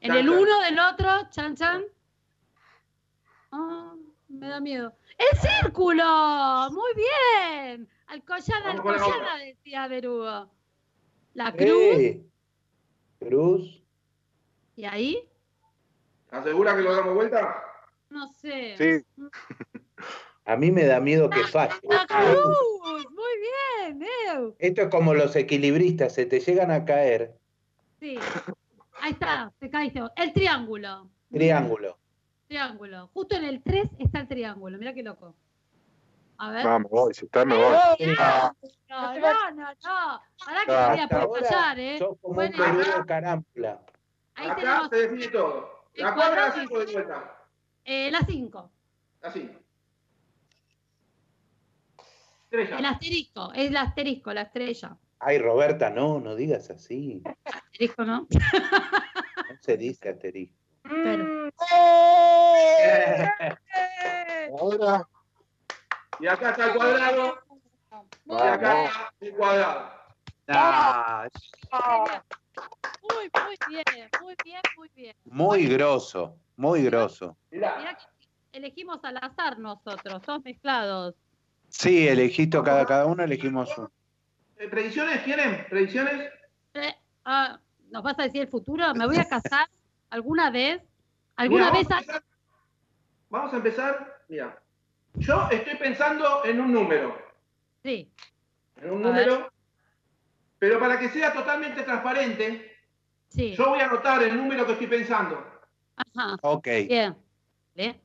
[SPEAKER 1] En
[SPEAKER 4] Chan,
[SPEAKER 1] el
[SPEAKER 4] chan.
[SPEAKER 1] uno del otro, chan chan. Ah, me da miedo. ¡El círculo! ¡Muy bien! Alcoyana,
[SPEAKER 4] Vamos con la
[SPEAKER 1] alcoyana,
[SPEAKER 4] otra.
[SPEAKER 1] decía Berugo. La cruz,
[SPEAKER 2] ¡Eh! Cruz.
[SPEAKER 1] y ahí,
[SPEAKER 4] ¿Asegura que lo damos vuelta?
[SPEAKER 1] no sé.
[SPEAKER 5] Sí.
[SPEAKER 2] A mí me da miedo que falle.
[SPEAKER 1] La cruz, muy bien, Eu.
[SPEAKER 2] Esto es como los equilibristas, se te llegan a caer.
[SPEAKER 1] Sí. Ahí está, te caíste. vos. El triángulo.
[SPEAKER 2] Triángulo.
[SPEAKER 1] Triángulo. Justo en el 3 está el triángulo, mirá qué loco. A ver.
[SPEAKER 5] No, me voy. Si está, me voy.
[SPEAKER 2] Triángulo.
[SPEAKER 1] No, no, no, no. Pará que
[SPEAKER 5] Ah,
[SPEAKER 1] todavía
[SPEAKER 2] hasta
[SPEAKER 1] por
[SPEAKER 2] ahora
[SPEAKER 1] fallar, ¿eh?
[SPEAKER 2] Sos como
[SPEAKER 1] Bueno,
[SPEAKER 2] un peludo carámpula.
[SPEAKER 1] Ahí
[SPEAKER 4] Acá
[SPEAKER 1] tenemos
[SPEAKER 4] se define todo.
[SPEAKER 1] el
[SPEAKER 4] La 4 la
[SPEAKER 1] cuadrado
[SPEAKER 4] 5 de
[SPEAKER 1] y-
[SPEAKER 4] vuelta.
[SPEAKER 1] eh, la 5,
[SPEAKER 4] Así. Estrella.
[SPEAKER 1] el asterisco, es el asterisco, la estrella.
[SPEAKER 2] Ay, Roberta, no, no digas así.
[SPEAKER 1] Asterisco, ¿no?
[SPEAKER 2] (laughs) No se dice asterisco.
[SPEAKER 1] Pero-
[SPEAKER 3] Mm, tres.
[SPEAKER 8] cuadrado.
[SPEAKER 4] Y acá está el cuadrado. Y acá está el cuadrado.
[SPEAKER 2] Ah,
[SPEAKER 1] Muy, muy bien, muy bien, muy bien.
[SPEAKER 2] muy grosso, muy grosso.
[SPEAKER 1] Mirá que elegimos al azar nosotros, todos mezclados.
[SPEAKER 2] Sí, elegiste cada, cada uno, elegimos uno.
[SPEAKER 4] Eh, ¿Predicciones tienen? ¿Predicciones?
[SPEAKER 1] Eh, ah, ¿Nos vas a decir el futuro? ¿Me voy a casar alguna vez? ¿Alguna
[SPEAKER 4] Mira,
[SPEAKER 1] vez?
[SPEAKER 4] vamos a empezar- Vamos a empezar. Mira, yo estoy pensando en un número.
[SPEAKER 1] Sí.
[SPEAKER 4] En un
[SPEAKER 1] A ver.
[SPEAKER 4] número. Pero para que sea totalmente transparente,
[SPEAKER 1] Sí.
[SPEAKER 4] yo voy a anotar el número que estoy pensando.
[SPEAKER 1] Ajá.
[SPEAKER 2] Ok,
[SPEAKER 1] Bien. Bien.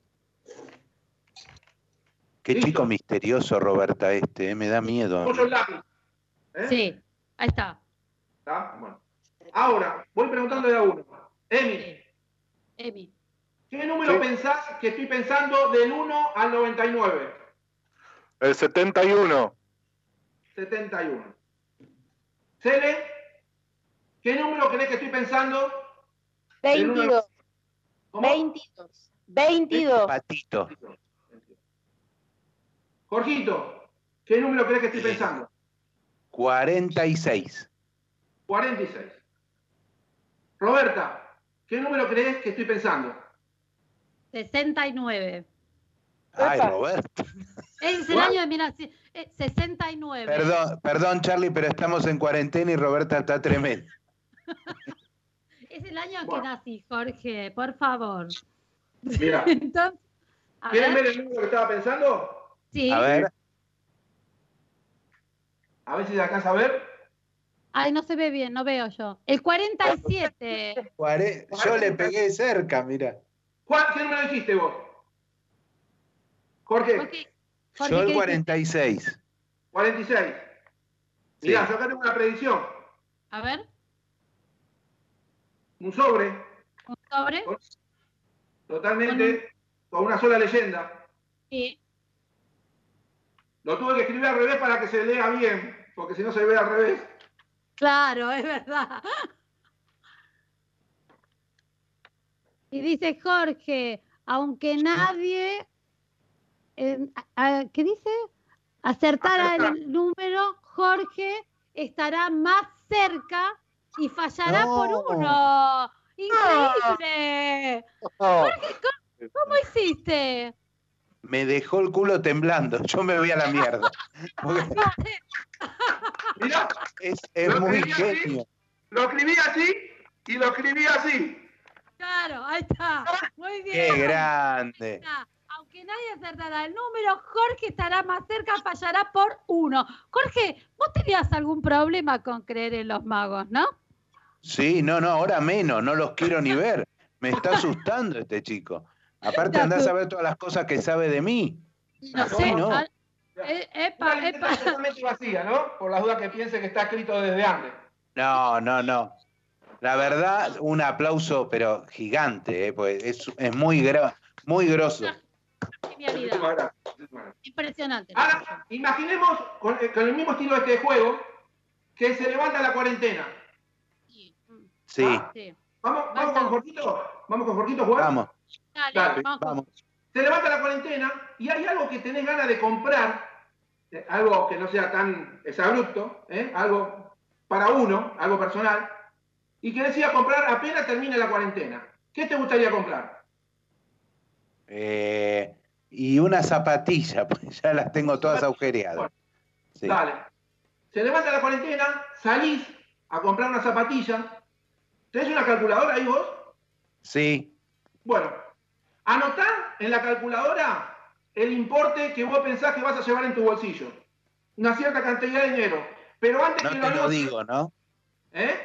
[SPEAKER 2] qué chico misterioso Roberta este, eh, me da miedo.
[SPEAKER 4] Apoyo el lápiz. ¿Eh?
[SPEAKER 1] Sí. Ahí está.
[SPEAKER 4] ¿Está? Bueno. Ahora, voy preguntando de a uno. Emi,
[SPEAKER 1] Emi.
[SPEAKER 4] ¿qué número
[SPEAKER 5] Sí.
[SPEAKER 4] pensás que estoy pensando del 1 al 99?
[SPEAKER 5] El 71.
[SPEAKER 4] 71. Cele, ¿qué número crees que estoy pensando?
[SPEAKER 3] 22,
[SPEAKER 4] ¿Cómo?
[SPEAKER 3] 22, 22,
[SPEAKER 2] Patito,
[SPEAKER 4] Jorgito, ¿qué número crees que estoy pensando?
[SPEAKER 2] 46.
[SPEAKER 4] 46. Roberta, ¿qué número crees que estoy pensando?
[SPEAKER 1] 69.
[SPEAKER 2] Ay,
[SPEAKER 3] Epa.
[SPEAKER 2] Roberta.
[SPEAKER 1] Es el
[SPEAKER 4] What?
[SPEAKER 1] año de mira, sí, eh, 69.
[SPEAKER 2] Perdón, perdón Charlie, pero estamos en cuarentena y Roberta está tremenda.
[SPEAKER 1] Es el año
[SPEAKER 4] Bueno.
[SPEAKER 1] que nací, Jorge, por favor.
[SPEAKER 4] Mira,
[SPEAKER 1] Entonces, (laughs) a
[SPEAKER 4] ¿quieren
[SPEAKER 1] ver,
[SPEAKER 4] ver el número que estaba pensando?
[SPEAKER 1] sí.
[SPEAKER 2] A ver,
[SPEAKER 4] A ver si se alcanza a ver.
[SPEAKER 1] Ay, no se ve bien, no veo yo. El 47.
[SPEAKER 2] cuare- yo le pegué cerca, mira.
[SPEAKER 4] Juan, ¿qué número dijiste vos? Jorge,
[SPEAKER 1] Jorge, Jorge,
[SPEAKER 2] Yo
[SPEAKER 1] ¿qué
[SPEAKER 2] el
[SPEAKER 1] dices?
[SPEAKER 2] 46.
[SPEAKER 4] 46.
[SPEAKER 2] Sí.
[SPEAKER 4] Mirá, yo acá tengo una predicción.
[SPEAKER 1] A ver,
[SPEAKER 4] Un sobre,
[SPEAKER 1] un sobre.
[SPEAKER 4] totalmente, con una sola leyenda.
[SPEAKER 1] Sí.
[SPEAKER 4] Lo tuve que escribir al revés para que se lea bien, porque si no se ve al revés.
[SPEAKER 1] Claro, es verdad. Y dice Jorge, aunque nadie, eh, a- a- ¿qué dice? Acertara el número, Jorge estará más cerca y fallará
[SPEAKER 8] No.
[SPEAKER 1] por uno. ¡Increíble! ¿Cómo hiciste?
[SPEAKER 2] Me dejó el culo temblando. Yo me voy a la mierda. Porque
[SPEAKER 4] Mirá,
[SPEAKER 2] es, es muy genio.
[SPEAKER 4] lo escribí así y lo escribí así.
[SPEAKER 1] (laughs) Claro, ahí está. Muy bien.
[SPEAKER 2] Qué grande.
[SPEAKER 1] Está. Aunque nadie acertará el número, Jorge estará más cerca, fallará por uno. Jorge, vos tenías algún problema con creer en los magos, ¿no?
[SPEAKER 2] Sí, no, no, ahora menos, no los quiero ni ver. Me está asustando este chico. Aparte andás a ver todas las cosas que sabe de mí.
[SPEAKER 1] No sé.
[SPEAKER 2] no.
[SPEAKER 1] ah, eh,
[SPEAKER 4] Una
[SPEAKER 1] epa,
[SPEAKER 4] leyenda
[SPEAKER 1] epa.
[SPEAKER 4] totalmente vacía, ¿no? Por las dudas que piense que está escrito desde antes.
[SPEAKER 2] No, no, no. La verdad, un aplauso, pero gigante, eh, pues es, es muy, gra- muy grosso.
[SPEAKER 1] Genialidad.
[SPEAKER 4] Muchísimas gracias, muchísimas gracias.
[SPEAKER 1] Impresionante.
[SPEAKER 4] Ahora, imaginemos con, eh, con el mismo estilo de este juego que se levanta la cuarentena.
[SPEAKER 1] Sí, mm,
[SPEAKER 2] Sí,
[SPEAKER 1] sí.
[SPEAKER 4] Vamos, vamos
[SPEAKER 1] Basta.
[SPEAKER 4] con Jorgito, vamos con Jorgito a jugar.
[SPEAKER 2] vamos,
[SPEAKER 1] Dale,
[SPEAKER 4] Dale,
[SPEAKER 1] vamos.
[SPEAKER 2] vamos.
[SPEAKER 4] Se levanta la cuarentena y hay algo que tenés ganas de comprar, eh, algo que no sea tan exabrupto, ¿eh? algo para uno, algo personal, y querés ir a comprar apenas termine la cuarentena. ¿Qué te gustaría comprar?
[SPEAKER 2] Eh, y una zapatilla, (laughs) pues ya las tengo todas agujereadas. Sí.
[SPEAKER 4] Dale. Se levanta la cuarentena, salís a comprar una zapatilla. ¿Tenés una calculadora ahí vos?
[SPEAKER 2] Sí,
[SPEAKER 4] Bueno, anotá en la calculadora el importe que vos pensás que vas a llevar en tu bolsillo. Una cierta cantidad de dinero. Pero antes
[SPEAKER 2] no
[SPEAKER 4] que
[SPEAKER 2] te lo
[SPEAKER 4] anotes-
[SPEAKER 2] digo, ¿no?
[SPEAKER 4] ¿Eh?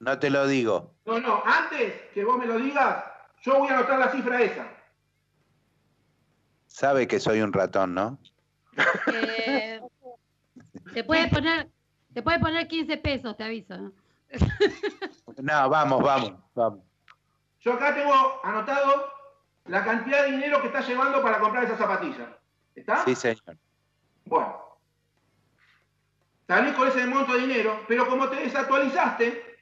[SPEAKER 2] No te lo digo.
[SPEAKER 4] No, no, antes que vos me lo digas, yo voy a anotar la cifra esa.
[SPEAKER 2] Sabe que soy un ratón, ¿no?
[SPEAKER 1] Eh, te puede poner, te puede poner 15 pesos, te aviso. ¿no?
[SPEAKER 2] No, vamos, vamos, vamos.
[SPEAKER 4] Yo acá tengo anotado la cantidad de dinero que estás llevando para comprar esa zapatilla. ¿Está?
[SPEAKER 2] Sí, señor.
[SPEAKER 4] Bueno. Salís con ese monto de dinero, pero como te desactualizaste,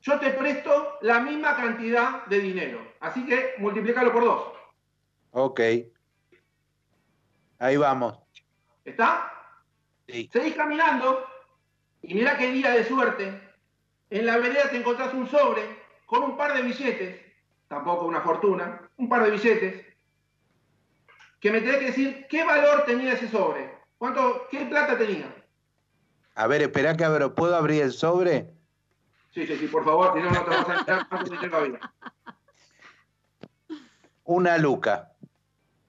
[SPEAKER 4] yo te presto la misma cantidad de dinero. Así que multiplícalo por dos.
[SPEAKER 2] Ok. Ahí vamos.
[SPEAKER 4] ¿Está?
[SPEAKER 2] Sí.
[SPEAKER 4] Seguís caminando y mirá qué día de suerte. En la vereda te encontrás un sobre con un par de billetes, tampoco una fortuna, un par de billetes, que me tenés que decir qué valor tenía ese sobre, cuánto, qué plata tenía.
[SPEAKER 2] A ver, esperá que abro. ¿Puedo abrir el sobre?
[SPEAKER 4] Sí, sí, sí, por favor, si no, no te vas a entrar más en la vida.
[SPEAKER 2] Una luca.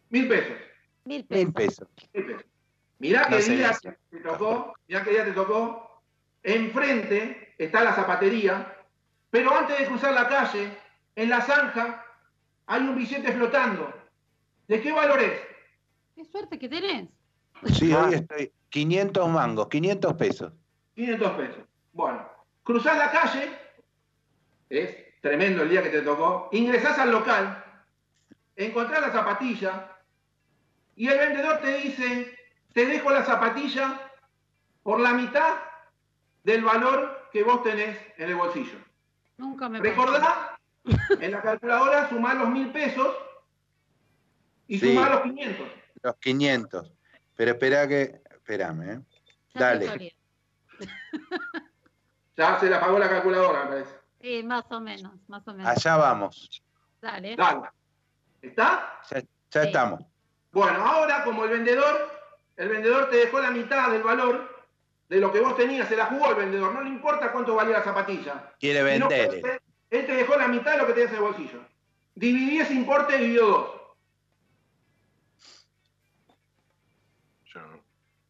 [SPEAKER 4] Mil pesos.
[SPEAKER 3] Mil pesos.
[SPEAKER 2] Mil pesos.
[SPEAKER 4] Mirá
[SPEAKER 2] No
[SPEAKER 4] qué
[SPEAKER 2] sé,
[SPEAKER 4] día
[SPEAKER 2] gracias.
[SPEAKER 4] te tocó, mirá qué día te tocó. Enfrente está la zapatería, pero antes de cruzar la calle, en la zanja, hay un billete flotando. ¿De qué valor es?
[SPEAKER 1] Qué suerte que tenés.
[SPEAKER 2] Sí, hoy estoy. 500 mangos, 500 pesos.
[SPEAKER 4] 500 pesos. Bueno, cruzás la calle, es tremendo el día que te tocó, ingresás al local, encontrás la zapatilla y el vendedor te dice, te dejo la zapatilla por la mitad del valor que vos tenés en el bolsillo.
[SPEAKER 1] Nunca me pasó.
[SPEAKER 4] Recordá, en la calculadora sumá los mil pesos y
[SPEAKER 2] Sí.
[SPEAKER 4] sumá los 500.
[SPEAKER 2] Los 500. Pero esperá que. Espérame, ¿eh?
[SPEAKER 1] Ya te
[SPEAKER 2] Dale.
[SPEAKER 1] solía.
[SPEAKER 4] Ya se la pagó la calculadora, me parece.
[SPEAKER 1] Sí, más o menos, más o menos.
[SPEAKER 2] Allá vamos.
[SPEAKER 1] Dale.
[SPEAKER 4] Dale. ¿Está?
[SPEAKER 2] Ya, ya
[SPEAKER 1] Sí.
[SPEAKER 2] estamos.
[SPEAKER 4] Bueno, ahora como el vendedor, el vendedor te dejó la mitad del valor de lo que vos tenías, se la jugó el vendedor, no le importa cuánto valía la zapatilla.
[SPEAKER 2] Quiere
[SPEAKER 4] Sino que
[SPEAKER 2] vender.
[SPEAKER 4] Él te- él te dejó la mitad de lo que tenías en el bolsillo. Dividí ese importe, dividió dos.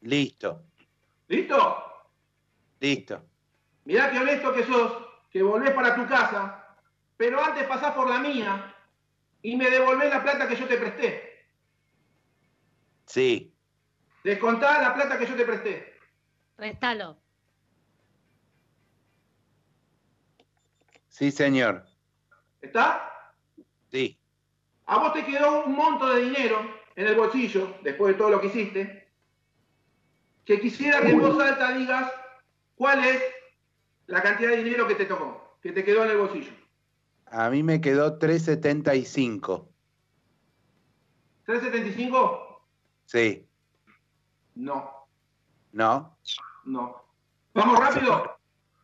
[SPEAKER 2] Listo,
[SPEAKER 4] ¿Listo?
[SPEAKER 2] listo.
[SPEAKER 4] Mirá qué honesto que sos, que volvés para tu casa, pero antes pasás por la mía y me devolvés la plata que yo te presté.
[SPEAKER 2] Sí.
[SPEAKER 4] Descontá la plata que yo te presté.
[SPEAKER 1] Restalo.
[SPEAKER 2] Sí, señor.
[SPEAKER 4] ¿Está?
[SPEAKER 2] Sí.
[SPEAKER 4] A vos te quedó un monto de dinero en el bolsillo, después de todo lo que hiciste, que quisiera que en voz alta digas cuál es la cantidad de dinero que te tocó, que te quedó en el bolsillo.
[SPEAKER 2] A mí me quedó 375.
[SPEAKER 4] ¿375?
[SPEAKER 2] Sí.
[SPEAKER 4] No,
[SPEAKER 2] ¿No?
[SPEAKER 4] no. ¿Vamos rápido?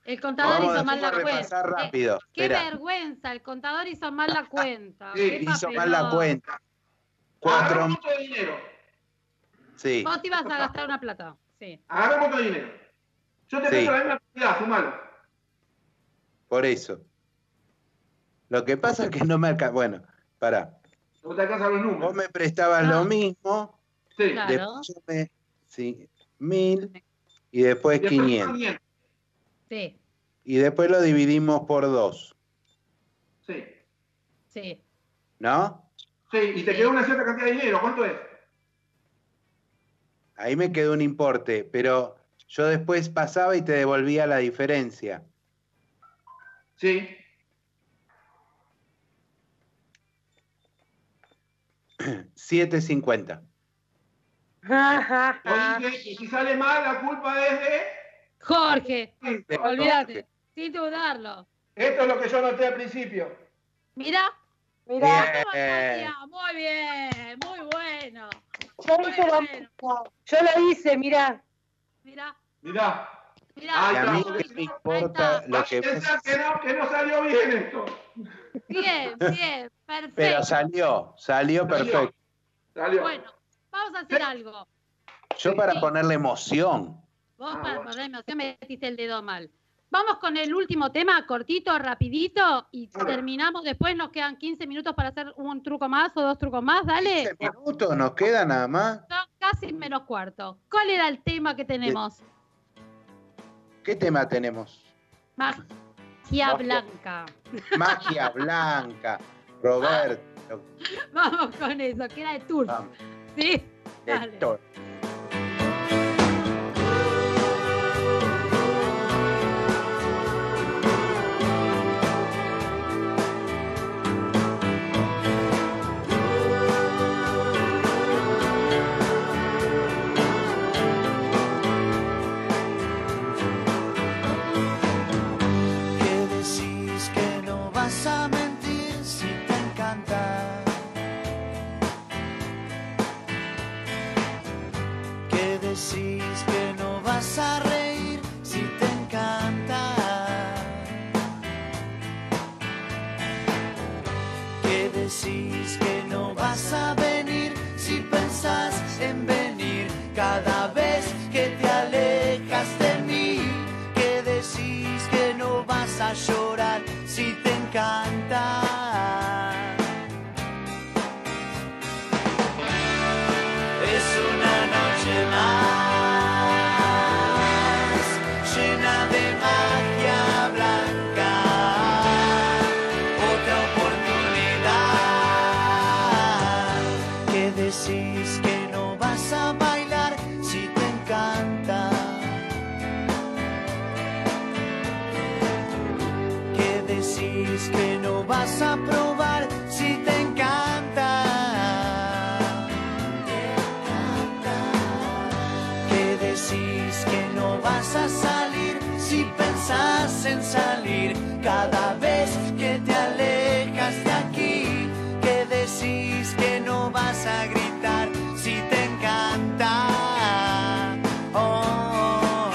[SPEAKER 1] El contador
[SPEAKER 2] Vamos
[SPEAKER 1] hizo
[SPEAKER 2] a
[SPEAKER 1] mal la
[SPEAKER 2] hacer
[SPEAKER 1] cuenta.
[SPEAKER 2] repasar
[SPEAKER 1] Qué-
[SPEAKER 2] rápido.
[SPEAKER 1] Qué,
[SPEAKER 2] Espera.
[SPEAKER 1] vergüenza, el contador hizo mal la cuenta. ¿eh,
[SPEAKER 4] Sí,
[SPEAKER 1] Qué
[SPEAKER 2] Hizo mal
[SPEAKER 1] papelón.
[SPEAKER 2] la cuenta.
[SPEAKER 4] Agarra
[SPEAKER 2] Cuatro.
[SPEAKER 4] un monto de dinero.
[SPEAKER 2] Sí.
[SPEAKER 1] Vos te ibas a gastar una plata. Sí.
[SPEAKER 4] Agarra un monto de dinero. Yo te
[SPEAKER 2] Sí.
[SPEAKER 4] presto la misma cantidad, sumalo.
[SPEAKER 2] Por eso. Lo que pasa es que no me alcanza. Bueno, pará.
[SPEAKER 4] No te alcanzan los números.
[SPEAKER 2] Vos me prestabas
[SPEAKER 1] No.
[SPEAKER 2] lo mismo,
[SPEAKER 4] Sí.
[SPEAKER 1] Ah. Claro.
[SPEAKER 2] después yo me. Sí, mil y
[SPEAKER 4] Después
[SPEAKER 2] después 500.
[SPEAKER 4] 500.
[SPEAKER 1] Sí,
[SPEAKER 2] Y después lo dividimos por dos,
[SPEAKER 4] Sí.
[SPEAKER 1] sí.
[SPEAKER 2] ¿no?
[SPEAKER 4] Sí, y te quedó una cierta cantidad de dinero. ¿Cuánto es?
[SPEAKER 2] Ahí me quedó un importe, pero yo después pasaba y te devolvía la diferencia.
[SPEAKER 4] Sí.
[SPEAKER 2] $7.50.
[SPEAKER 4] Yo dije, y si sale mal, la culpa es de.
[SPEAKER 1] Jorge, olvídate,
[SPEAKER 2] Jorge.
[SPEAKER 1] sin dudarlo.
[SPEAKER 4] Esto es lo que yo noté al principio.
[SPEAKER 1] Mirá,
[SPEAKER 3] Mirá,
[SPEAKER 1] ¿cómo
[SPEAKER 2] Bien.
[SPEAKER 1] hacía? muy bien, muy bueno.
[SPEAKER 3] yo hice lo
[SPEAKER 1] Bueno.
[SPEAKER 3] mismo. Yo lo hice, mirá.
[SPEAKER 1] Mirá,
[SPEAKER 4] Mirá,
[SPEAKER 1] mirá.
[SPEAKER 4] Ahí
[SPEAKER 2] Y a mí
[SPEAKER 4] está.
[SPEAKER 2] que me
[SPEAKER 1] Ahí
[SPEAKER 2] importa
[SPEAKER 1] está.
[SPEAKER 2] lo
[SPEAKER 4] que
[SPEAKER 2] que
[SPEAKER 4] pensar que no, que no salió bien esto.
[SPEAKER 1] Bien, bien, perfecto.
[SPEAKER 2] (laughs) Pero salió, salió perfecto.
[SPEAKER 4] Salió.
[SPEAKER 1] Bueno, vamos a hacer algo.
[SPEAKER 2] Yo para ponerle emoción.
[SPEAKER 1] Vos
[SPEAKER 4] Ah,
[SPEAKER 1] para
[SPEAKER 4] bueno.
[SPEAKER 1] poner emoción metiste el dedo mal. Vamos con el último tema, cortito, rapidito, y
[SPEAKER 4] Dale.
[SPEAKER 1] terminamos. Después nos quedan 15 minutos para hacer un truco más o dos trucos más, dale.
[SPEAKER 2] 15 minutos nos queda nada más.
[SPEAKER 1] Son casi menos cuarto. ¿Cuál era el tema que tenemos?
[SPEAKER 2] ¿Qué tema tenemos?
[SPEAKER 1] Magia blanca. (laughs)
[SPEAKER 2] Magia blanca. Roberto.
[SPEAKER 1] Vamos con eso, que era de tour.
[SPEAKER 2] vamos,
[SPEAKER 1] ¿Sí? Dale.
[SPEAKER 2] Héctor.
[SPEAKER 6] Que decís que no vas a mentir si te encanta. vas a gritar si te encanta. Oh, oh,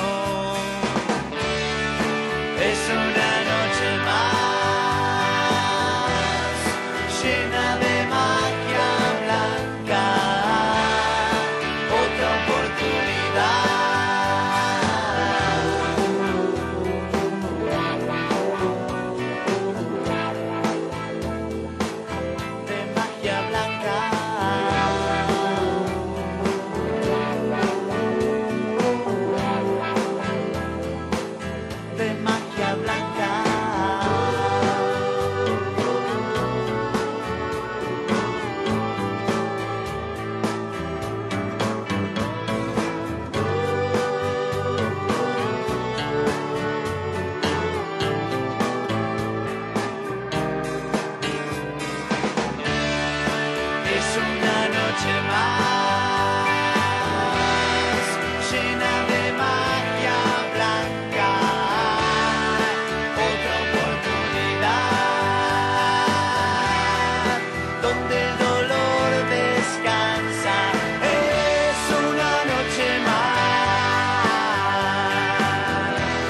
[SPEAKER 6] oh. Es una noche más llena de magia blanca. Otra oportunidad. de magia blanca. De magia blanca. Es una noche más llena de magia blanca. Otra oportunidad donde el dolor descansa. Es una noche más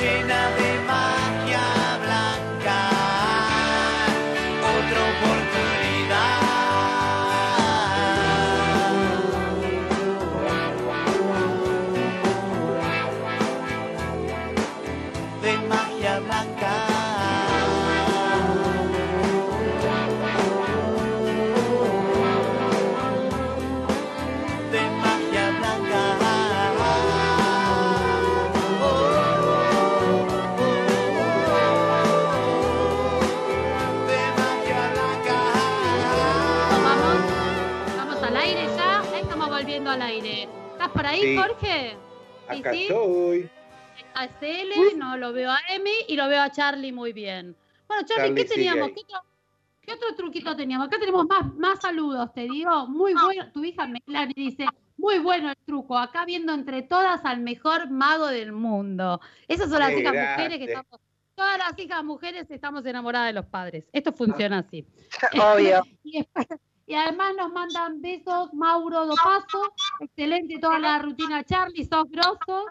[SPEAKER 6] llena de magia blanca otra oportunidad de magia blanca. De magia blanca. De magia blanca.
[SPEAKER 1] Vamos, vamos al aire ya. Ahí Estamos volviendo al aire. ¿Estás por ahí,
[SPEAKER 2] Sí.
[SPEAKER 1] Jorge? Sí,
[SPEAKER 2] Acá
[SPEAKER 1] sí.
[SPEAKER 2] estoy.
[SPEAKER 1] A CL, no lo veo a Emi y lo veo a Charlie muy bien. Bueno, Charlie,
[SPEAKER 2] Charlie
[SPEAKER 1] ¿qué
[SPEAKER 2] sigue
[SPEAKER 1] teníamos?
[SPEAKER 2] ahí.
[SPEAKER 1] ¿Qué otro, qué otro truquito teníamos? Acá tenemos más, más saludos, te digo. Muy bueno. Tu hija Melanie dice, muy bueno el truco. Acá viendo entre todas al mejor mago del mundo. Esas son las
[SPEAKER 2] Qué
[SPEAKER 1] hijas
[SPEAKER 2] grande.
[SPEAKER 1] mujeres que estamos. Todas las hijas mujeres estamos enamoradas de los padres. Esto funciona así.
[SPEAKER 3] Obvio.
[SPEAKER 1] Y, después- y además nos mandan besos, Mauro Dopaso. Excelente toda la rutina, Charlie, sos grosso.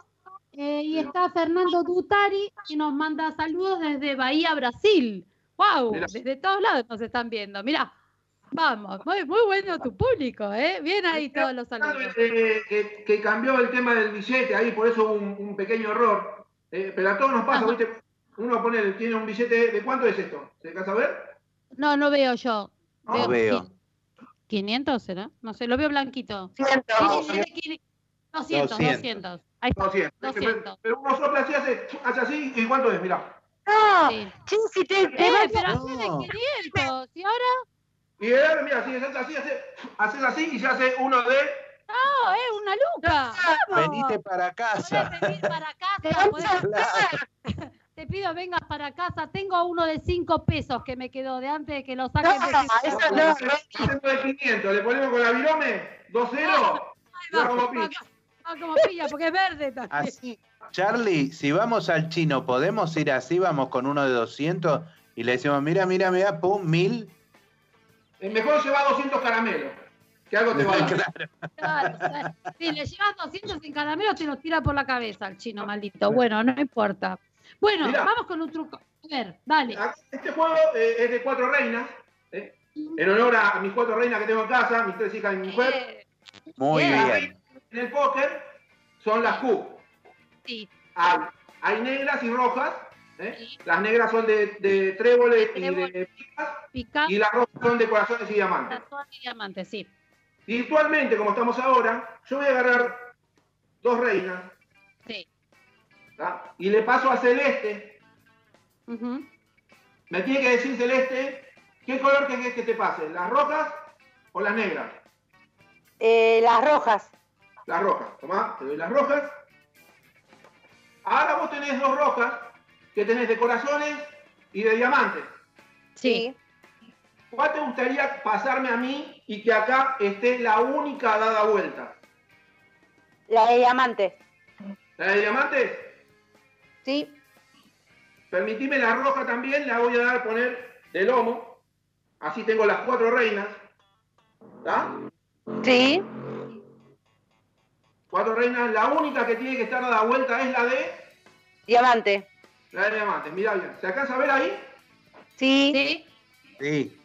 [SPEAKER 1] Eh, y está Fernando Dutari, que nos manda saludos desde Bahía, Brasil. ¡Wow!
[SPEAKER 4] Mirá.
[SPEAKER 1] Desde todos lados nos están viendo. Mirá, vamos, muy, muy bueno tu público, ¿eh? Bien ahí todos los
[SPEAKER 4] Claro,
[SPEAKER 1] saludos.
[SPEAKER 4] eh, que, que cambió el tema del billete ahí, por eso hubo un, un pequeño error. Eh, pero a todos nos pasa,
[SPEAKER 1] Ajá.
[SPEAKER 4] ¿viste? Uno pone, tiene un billete, ¿de cuánto es esto? ¿Se alcanza a ver?
[SPEAKER 1] No, no veo yo.
[SPEAKER 4] No
[SPEAKER 2] No veo.
[SPEAKER 1] qui- 500 será? No sé, lo veo blanquito.
[SPEAKER 3] (laughs) Siento.
[SPEAKER 1] Sí, sí, sí, sí, 200,
[SPEAKER 2] 200.
[SPEAKER 1] 200. Ahí está.
[SPEAKER 4] No, 100. Pero,
[SPEAKER 1] 200.
[SPEAKER 4] pero uno sopla así, hace, hace así, ¿y cuánto es? Mirá. Ah.
[SPEAKER 3] No,
[SPEAKER 1] Sí.
[SPEAKER 3] sí, si te, te
[SPEAKER 1] Eh,
[SPEAKER 3] vas-
[SPEAKER 1] pero
[SPEAKER 2] no.
[SPEAKER 1] antes de 500, y ahora
[SPEAKER 4] Y eh, mira, si haces así, hace, haces así y ya hace uno de...
[SPEAKER 1] no, es eh, una luca. Vamos.
[SPEAKER 2] Venite para casa.
[SPEAKER 1] Podés venir para
[SPEAKER 3] te
[SPEAKER 1] casa.
[SPEAKER 3] vas a-
[SPEAKER 1] podés- te pido vengas para casa. Tengo uno de 5 pesos que me quedó de antes de que lo saquen. de
[SPEAKER 3] No,
[SPEAKER 1] cinco
[SPEAKER 3] eso
[SPEAKER 1] pesos.
[SPEAKER 3] no.
[SPEAKER 1] Ahí
[SPEAKER 4] Hace uno de 500, le ponemos con la virome, 2-0.
[SPEAKER 1] va,
[SPEAKER 4] no, como
[SPEAKER 1] va,
[SPEAKER 4] pilla.
[SPEAKER 1] va como pilla, porque es
[SPEAKER 3] (laughs)
[SPEAKER 1] verde también.
[SPEAKER 2] Así, Charlie, si vamos al chino, ¿podemos ir así? Vamos con uno de 200 y le decimos, mira, mira, mira, pum, mil.
[SPEAKER 4] El mejor lleva 200 caramelos. Que algo te va a dar.
[SPEAKER 1] Claro, o sea, si le llevas 200 en caramelo, te los tira por la cabeza el chino maldito. Bueno, no importa. Bueno,
[SPEAKER 4] Mirá.
[SPEAKER 1] vamos con un truco. A ver, dale.
[SPEAKER 4] Este juego eh, es de cuatro reinas. ¿eh? En honor a a mis cuatro reinas que tengo en casa, mis tres hijas y mi mujer.
[SPEAKER 1] Eh,
[SPEAKER 2] Muy
[SPEAKER 1] Bien.
[SPEAKER 2] bien.
[SPEAKER 4] En el póker son las Q.
[SPEAKER 1] sí,
[SPEAKER 4] Hay, hay negras y rojas. ¿eh?
[SPEAKER 1] Sí.
[SPEAKER 4] Las negras son de, de tréboles y de
[SPEAKER 1] Tréboles.
[SPEAKER 4] picas.
[SPEAKER 1] picante,
[SPEAKER 4] Y las rojas son de corazones y diamantes.
[SPEAKER 1] tatuaje y diamante, sí.
[SPEAKER 4] Y virtualmente, como estamos ahora, yo voy a agarrar dos reinas.
[SPEAKER 1] Sí.
[SPEAKER 4] ¿tá? Y le paso a Celeste.
[SPEAKER 1] Ujú.
[SPEAKER 4] Me tiene que decir Celeste qué color querés que te pase, las rojas o las negras.
[SPEAKER 3] eh, las rojas.
[SPEAKER 4] Las rojas, tomá, te doy las rojas. Ahora vos tenés dos rojas que tenés de corazones y de diamantes.
[SPEAKER 1] Sí.
[SPEAKER 4] ¿Cuál te gustaría pasarme a mí y que acá esté la única dada vuelta?
[SPEAKER 3] La de diamantes.
[SPEAKER 4] ¿La de diamantes?
[SPEAKER 3] Sí.
[SPEAKER 4] Permitime la roja también, la voy a dar poner de lomo. Así tengo las cuatro reinas. ¿Está?
[SPEAKER 3] Sí.
[SPEAKER 4] Cuatro reinas, la única que tiene que estar dada vuelta es la de
[SPEAKER 3] Diamante.
[SPEAKER 4] la de diamantes. Mirá bien, ¿se alcanza a ver ahí?
[SPEAKER 3] Sí.
[SPEAKER 1] Sí.
[SPEAKER 2] Sí.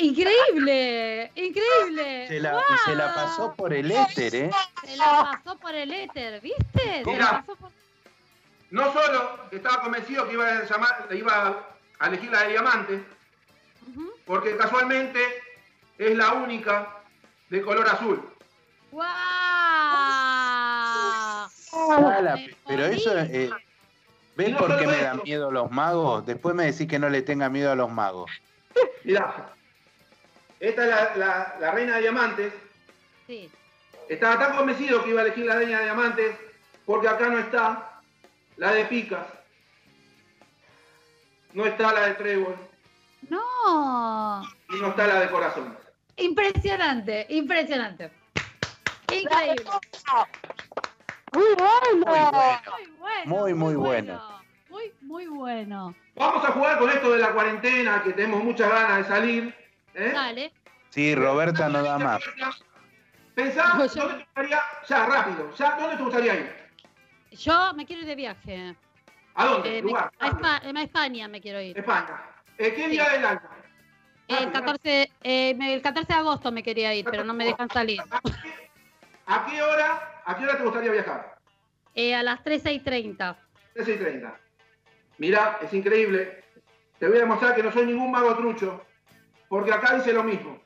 [SPEAKER 1] Increíble, increíble.
[SPEAKER 2] Se la, y se la pasó por el éter, ¿eh?
[SPEAKER 1] Se la pasó por el éter, ¿viste? Se la
[SPEAKER 4] Mira.
[SPEAKER 1] pasó por...
[SPEAKER 4] No solo estaba convencido que iba a, llamar, iba a elegir la de diamantes,
[SPEAKER 1] Ujú.
[SPEAKER 4] porque casualmente es la única de color azul.
[SPEAKER 1] ¡Guau!
[SPEAKER 2] Ah, la- pero eso, eh, ¿ves
[SPEAKER 4] Y no
[SPEAKER 2] por
[SPEAKER 4] solo
[SPEAKER 2] qué me
[SPEAKER 4] eso.
[SPEAKER 2] dan miedo los magos? Después me decís que no le tenga miedo a los magos.
[SPEAKER 4] Mirá, esta es la, la- la reina de diamantes.
[SPEAKER 1] Sí.
[SPEAKER 4] Estaba tan convencido que iba a elegir la reina de diamantes, porque acá no está la de picas. No está la de trébol
[SPEAKER 1] No.
[SPEAKER 4] y no está la de corazón.
[SPEAKER 1] Impresionante, impresionante. Increíble.
[SPEAKER 3] Muy
[SPEAKER 2] Muy
[SPEAKER 3] bueno.
[SPEAKER 2] bueno.
[SPEAKER 1] Muy
[SPEAKER 2] Muy, muy
[SPEAKER 1] bueno. Muy, muy bueno.
[SPEAKER 4] Vamos a jugar con esto de la cuarentena, que tenemos muchas ganas de salir. ¿eh?
[SPEAKER 1] Dale.
[SPEAKER 2] Sí, Roberta no da más.
[SPEAKER 4] Pensá,
[SPEAKER 1] No, yo-
[SPEAKER 4] ¿dónde te gustaría, ya, rápido, ya, ¿dónde te gustaría ir?
[SPEAKER 1] Yo me quiero ir de viaje.
[SPEAKER 4] ¿A dónde?
[SPEAKER 1] Eh, me-
[SPEAKER 4] Lugar,
[SPEAKER 1] a,
[SPEAKER 4] rápido.
[SPEAKER 1] Espa- em, a España me quiero ir.
[SPEAKER 4] España. Eh, ¿Qué día del año?
[SPEAKER 1] El 14, eh, me- el 14 de agosto me quería ir, pero no me dejan salir.
[SPEAKER 4] ¿A qué hora, a qué hora te gustaría viajar?
[SPEAKER 1] Eh, a las 13 y 30.
[SPEAKER 4] 13 y 30. Mirá, es increíble. Te voy a demostrar que no soy ningún mago trucho, porque acá dice lo mismo.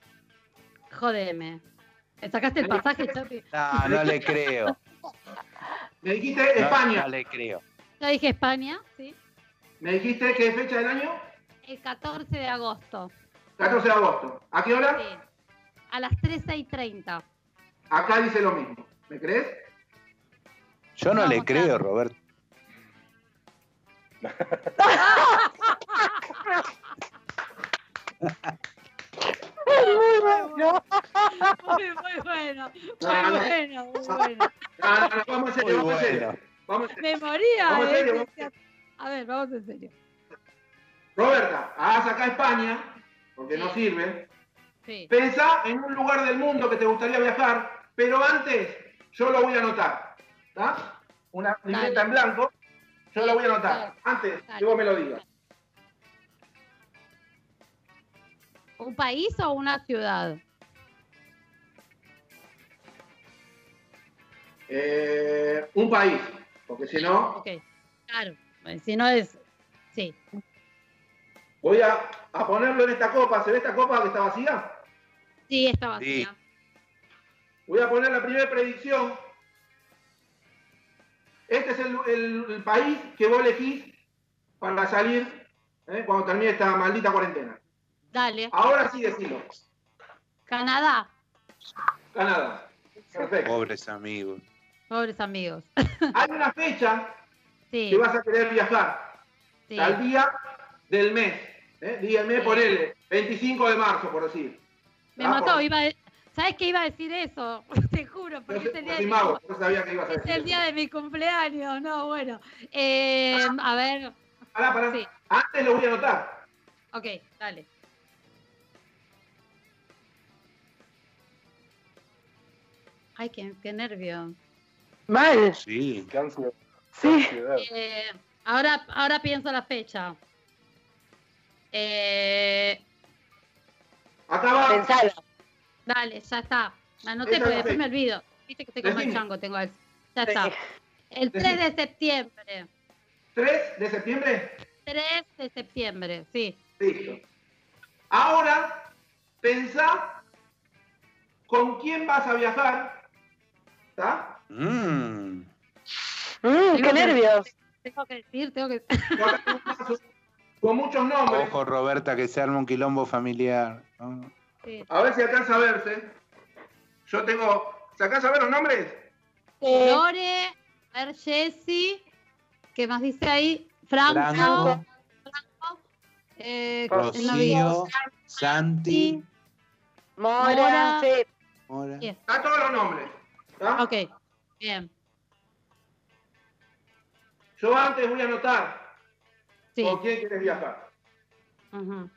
[SPEAKER 1] Jodeme. ¿Me sacaste el pasaje, (laughs) Chapi?
[SPEAKER 2] No, no le creo.
[SPEAKER 4] Me dijiste
[SPEAKER 2] No,
[SPEAKER 4] España,
[SPEAKER 2] No le creo.
[SPEAKER 1] Yo dije España, ¿sí?
[SPEAKER 4] me dijiste que es fecha del año,
[SPEAKER 1] El 14 de agosto.
[SPEAKER 4] 14 de agosto. ¿A qué hora?
[SPEAKER 1] Sí. A las 13 y 30.
[SPEAKER 4] Acá dice lo mismo. ¿Me crees?
[SPEAKER 2] Yo no
[SPEAKER 1] No,
[SPEAKER 2] le
[SPEAKER 1] claro.
[SPEAKER 2] creo, Roberta.
[SPEAKER 3] Muy bueno.
[SPEAKER 1] Muy, (laughs) muy bueno.
[SPEAKER 4] Ah,
[SPEAKER 1] Muy bueno, muy bueno.
[SPEAKER 4] No, no, no, vamos a
[SPEAKER 2] Muy
[SPEAKER 4] serio, vamos a serio.
[SPEAKER 2] bueno.
[SPEAKER 4] Vamos en serio.
[SPEAKER 1] Me
[SPEAKER 4] Vamos
[SPEAKER 1] moría.
[SPEAKER 4] en
[SPEAKER 1] de
[SPEAKER 4] serio,
[SPEAKER 1] ese- A ver, vamos en serio.
[SPEAKER 4] Roberta, haz acá España, porque no sirve.
[SPEAKER 1] Sí.
[SPEAKER 4] Pensá en un lugar del mundo que te gustaría viajar, pero antes yo lo voy a anotar. ¿Está? Una libreta en blanco, yo lo voy a anotar. Antes,
[SPEAKER 1] Dale.
[SPEAKER 4] que vos me lo digas.
[SPEAKER 1] ¿Un país o una ciudad?
[SPEAKER 4] Eh, un país, porque si no,
[SPEAKER 1] Ok, claro. Si no es. Sí.
[SPEAKER 4] voy a, a ponerlo en esta copa. ¿Se ve esta copa que está vacía?
[SPEAKER 1] Sí, está vacía.
[SPEAKER 4] Voy a poner la primera predicción. Este es el, el- el país que vos elegís para salir ¿eh? cuando termine esta maldita cuarentena.
[SPEAKER 1] Dale.
[SPEAKER 4] Ahora sí decilo.
[SPEAKER 1] Canadá.
[SPEAKER 4] Canadá.
[SPEAKER 1] Oh.
[SPEAKER 4] Perfecto.
[SPEAKER 2] Pobres amigos.
[SPEAKER 1] Pobres amigos.
[SPEAKER 4] Hay una fecha
[SPEAKER 1] Sí,
[SPEAKER 4] que vas a querer viajar.
[SPEAKER 1] sí.
[SPEAKER 4] Al día del mes. ¿eh? Día del mes,
[SPEAKER 1] Sí.
[SPEAKER 4] ponele. 25 de marzo, por decir.
[SPEAKER 1] Me
[SPEAKER 4] Ah,
[SPEAKER 1] mató.
[SPEAKER 4] por-
[SPEAKER 1] Iba a- ¿Sabes qué iba a decir eso? (laughs) Te juro,
[SPEAKER 4] Yo
[SPEAKER 1] porque es
[SPEAKER 4] soy-
[SPEAKER 1] el día
[SPEAKER 4] soy
[SPEAKER 1] de mi,
[SPEAKER 4] mago, no sabía que ibas a
[SPEAKER 1] es el
[SPEAKER 4] decir.
[SPEAKER 1] día de mi cumpleaños. No, bueno. Eh, a ver.
[SPEAKER 4] Pará, pará.
[SPEAKER 1] Sí.
[SPEAKER 4] Antes lo voy a anotar.
[SPEAKER 1] Ok, dale. Ay, qué, qué nervio.
[SPEAKER 3] Mal.
[SPEAKER 2] Sí.
[SPEAKER 5] Qué ansiedad. qué
[SPEAKER 3] Sí.
[SPEAKER 5] ansiedad.
[SPEAKER 1] Eh, ahora, ahora pienso la fecha. Eh,
[SPEAKER 4] Acá
[SPEAKER 1] Ah,
[SPEAKER 4] va.
[SPEAKER 3] Pensalo.
[SPEAKER 1] dale, ya está. Me anoté
[SPEAKER 4] Esa es
[SPEAKER 1] porque
[SPEAKER 4] la
[SPEAKER 1] después
[SPEAKER 4] fecha.
[SPEAKER 1] me olvido. Viste que estoy como el
[SPEAKER 4] Decime.
[SPEAKER 1] chango, tengo el- Ya está.
[SPEAKER 3] Sí.
[SPEAKER 1] El
[SPEAKER 4] Decime.
[SPEAKER 1] 3 de septiembre.
[SPEAKER 4] 3 de septiembre.
[SPEAKER 1] 3 de septiembre, sí.
[SPEAKER 4] Listo. Ahora, pensá con quién vas a viajar. ¿Está?
[SPEAKER 2] Mm.
[SPEAKER 3] Mm,
[SPEAKER 1] Tengo
[SPEAKER 3] qué
[SPEAKER 1] que-
[SPEAKER 3] nervios.
[SPEAKER 1] Tengo que decir, tengo que.
[SPEAKER 4] Yo acá tengo un mazo Con muchos nombres.
[SPEAKER 2] Ojo, Roberta, que se arma un quilombo familiar. ¿no?
[SPEAKER 1] sí.
[SPEAKER 4] A ver si alcanza a verse. Yo tengo. ¿Se alcanza a ver los nombres?
[SPEAKER 3] Eh,
[SPEAKER 1] Lore, a ver, Jessy. ¿Qué más dice ahí? Franco.
[SPEAKER 2] Franco,
[SPEAKER 1] eh, no vi.
[SPEAKER 2] Rocío, Santi,
[SPEAKER 3] Mora,
[SPEAKER 1] Mora.
[SPEAKER 3] sí.
[SPEAKER 2] Mora.
[SPEAKER 1] Bien.
[SPEAKER 4] Está todos los nombres. ¿está?
[SPEAKER 1] Ok, bien.
[SPEAKER 4] Yo antes voy a anotar
[SPEAKER 1] Sí.
[SPEAKER 4] con quién quieres viajar.
[SPEAKER 1] ujú.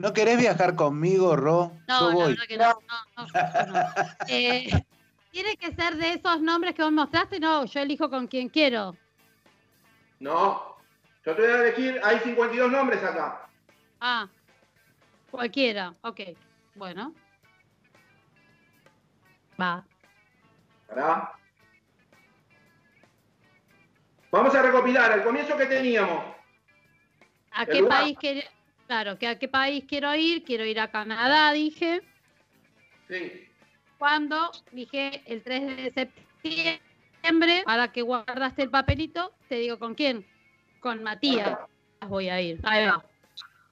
[SPEAKER 2] ¿No querés viajar conmigo, Ro?
[SPEAKER 1] No,
[SPEAKER 2] Yo
[SPEAKER 1] la
[SPEAKER 2] voy.
[SPEAKER 1] verdad que no. no, no, yo no. Eh, tiene que ser de esos nombres que vos mostraste. No, yo elijo con quien quiero.
[SPEAKER 4] No. Yo te voy a elegir, hay 52 nombres acá.
[SPEAKER 1] Ah, cualquiera. Ok, bueno. Va.
[SPEAKER 4] Pará. Vamos a recopilar al comienzo que teníamos.
[SPEAKER 1] ¿A
[SPEAKER 4] El
[SPEAKER 1] qué
[SPEAKER 4] lugar.
[SPEAKER 1] país quiero? Claro, que a qué país quiero ir? Quiero ir a Canadá, dije.
[SPEAKER 4] Sí.
[SPEAKER 1] Cuando dije el 3 de septiembre, ahora que guardaste el papelito, te digo con quién. Con Matías voy a ir. Ahí va.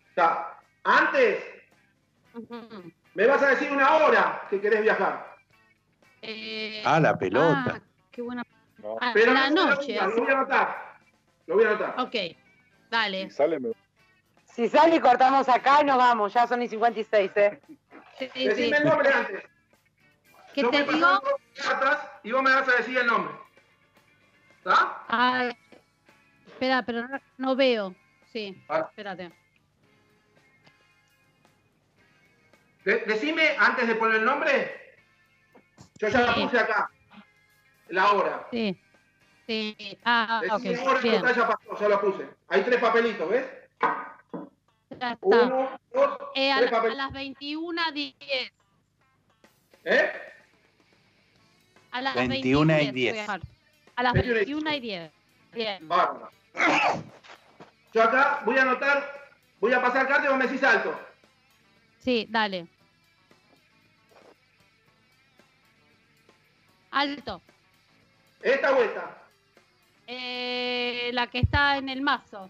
[SPEAKER 4] Está. Antes,
[SPEAKER 1] Ujú.
[SPEAKER 4] me vas a decir una hora que querés viajar.
[SPEAKER 1] Eh,
[SPEAKER 2] Ah, la pelota.
[SPEAKER 1] ah, qué buena.
[SPEAKER 5] No.
[SPEAKER 1] A
[SPEAKER 4] Pero
[SPEAKER 1] la
[SPEAKER 4] no se
[SPEAKER 1] Ah,
[SPEAKER 4] pregunta,
[SPEAKER 1] noche.
[SPEAKER 4] Lo voy a anotar. Lo voy a anotar.
[SPEAKER 1] Ok, dale.
[SPEAKER 5] Si sale, me...
[SPEAKER 3] Si sale y cortamos acá, nos vamos. Ya son y 56, ¿eh?
[SPEAKER 1] Sí, sí, sí.
[SPEAKER 4] Decime el nombre antes.
[SPEAKER 1] ¿Qué
[SPEAKER 4] Yo
[SPEAKER 1] te
[SPEAKER 4] voy
[SPEAKER 1] digo?
[SPEAKER 4] pasando cartas y vos me vas a decir el nombre. ¿Está?
[SPEAKER 1] Ay, espera, pero no, no veo. Sí,
[SPEAKER 4] Ahora.
[SPEAKER 1] espérate.
[SPEAKER 4] De- decime antes de poner el nombre. Yo ya la
[SPEAKER 1] Sí.
[SPEAKER 4] puse acá. La hora.
[SPEAKER 1] Sí. Sí. Ah, ok.
[SPEAKER 4] Decime hora
[SPEAKER 1] Bien.
[SPEAKER 4] total, ya pasó, ya la puse. Hay tres papelitos, ¿ves?
[SPEAKER 1] Ya está.
[SPEAKER 4] Uno, dos,
[SPEAKER 1] Eh, a,
[SPEAKER 4] tres
[SPEAKER 1] la- a
[SPEAKER 4] papelitos.
[SPEAKER 1] las 21.10.
[SPEAKER 4] ¿Eh?
[SPEAKER 1] A las
[SPEAKER 2] 21 y
[SPEAKER 1] 21.10 voy a
[SPEAKER 2] 10.
[SPEAKER 1] dejar. A las
[SPEAKER 4] 21
[SPEAKER 1] 21.10. 10. Bien.
[SPEAKER 4] Bárbaro. Yo acá voy a anotar, voy a pasar cartas y vos me decís alto.
[SPEAKER 1] Sí, dale. Alto.
[SPEAKER 4] Esta vuelta.
[SPEAKER 1] Eh, la que está en el mazo.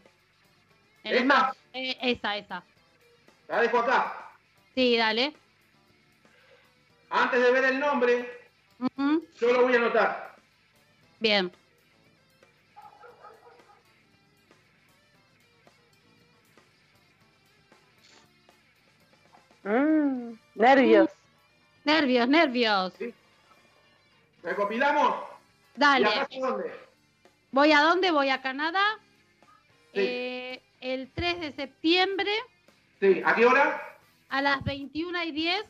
[SPEAKER 1] En el
[SPEAKER 4] ¿Esta?
[SPEAKER 1] mazo. Eh, esa, esa.
[SPEAKER 4] La dejo acá.
[SPEAKER 1] Sí, dale.
[SPEAKER 4] Antes de ver el nombre,
[SPEAKER 1] Ujú.
[SPEAKER 4] yo lo voy a anotar.
[SPEAKER 1] Bien.
[SPEAKER 3] Mm, nervios.
[SPEAKER 1] Nervios, nervios.
[SPEAKER 4] ¿Recopilamos? ¿Y
[SPEAKER 1] Dale.
[SPEAKER 4] acá dónde?
[SPEAKER 1] ¿Voy a dónde? Voy a Canadá.
[SPEAKER 4] Sí.
[SPEAKER 1] Eh, el 3 de septiembre
[SPEAKER 4] Sí. ¿A qué hora?
[SPEAKER 1] a las 21 y 10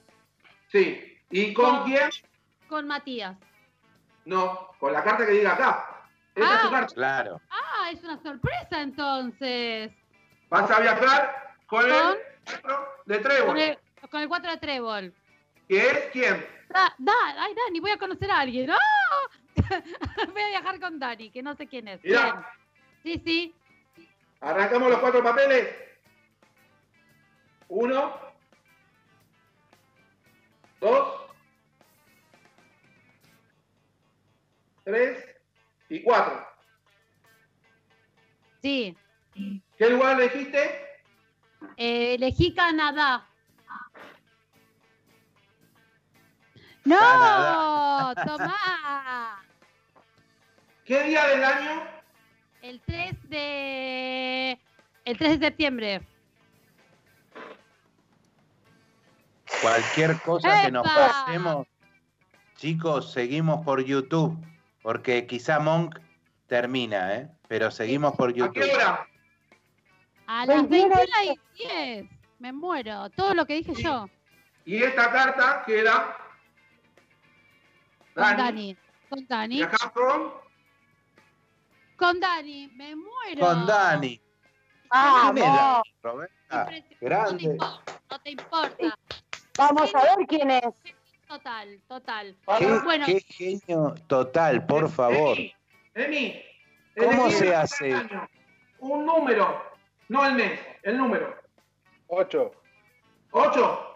[SPEAKER 4] Sí. ¿Y con
[SPEAKER 1] Con-
[SPEAKER 4] quién?
[SPEAKER 1] con Matías.
[SPEAKER 4] No, con la carta que diga acá. Esa es tu
[SPEAKER 1] Ah.
[SPEAKER 4] carta.
[SPEAKER 2] Claro.
[SPEAKER 1] Ah, es una sorpresa entonces.
[SPEAKER 4] Vas a viajar con
[SPEAKER 1] Con-
[SPEAKER 4] el cuatro de Trébol.
[SPEAKER 1] Con el, con el 4 de trébol.
[SPEAKER 4] ¿Que es quién?
[SPEAKER 1] Da, da, ay, Dani, voy a conocer a alguien. ¡Ah! (laughs) voy a viajar con Dani, que no sé quién es. Bien.
[SPEAKER 4] Mirá,
[SPEAKER 1] Sí, sí.
[SPEAKER 4] arrancamos los cuatro papeles. Uno. Dos. Tres. Y cuatro.
[SPEAKER 1] Sí.
[SPEAKER 4] ¿Qué lugar elegiste?
[SPEAKER 1] Eh, elegí Canadá. ¡No!
[SPEAKER 2] Canadá.
[SPEAKER 1] ¡Tomá!
[SPEAKER 4] ¿Qué día del año?
[SPEAKER 1] El 3 de. El 3 de septiembre.
[SPEAKER 2] Cualquier cosa que nos
[SPEAKER 1] ¡Epa!
[SPEAKER 2] pasemos, chicos, seguimos por YouTube. Porque quizá Monk termina, ¿eh? Pero seguimos por
[SPEAKER 4] ¿A qué
[SPEAKER 2] YouTube.
[SPEAKER 4] hora?
[SPEAKER 1] A las
[SPEAKER 3] 21
[SPEAKER 1] 21 y 10. Me muero. Todo lo que dije yo.
[SPEAKER 4] Y esta carta queda.
[SPEAKER 1] Con Dani. Con Dani.
[SPEAKER 4] Viajar con.
[SPEAKER 1] Con Dani. Me muero.
[SPEAKER 2] Con Dani.
[SPEAKER 3] Ah,
[SPEAKER 2] ¿Quién es Dani,
[SPEAKER 3] vamos.
[SPEAKER 2] Roberta?
[SPEAKER 1] Impresi- No te
[SPEAKER 2] Grande.
[SPEAKER 1] importa. No te importa.
[SPEAKER 3] Vamos a ver quién es.
[SPEAKER 1] Total, total.
[SPEAKER 2] Qué,
[SPEAKER 1] Ah, Bueno,
[SPEAKER 2] qué genio total, por favor.
[SPEAKER 4] Emi, Emi,
[SPEAKER 2] ¿Cómo
[SPEAKER 4] elegí
[SPEAKER 2] se
[SPEAKER 4] el
[SPEAKER 2] hace?
[SPEAKER 4] año, Un número, no el mes, el número.
[SPEAKER 5] Ocho.
[SPEAKER 4] Ocho.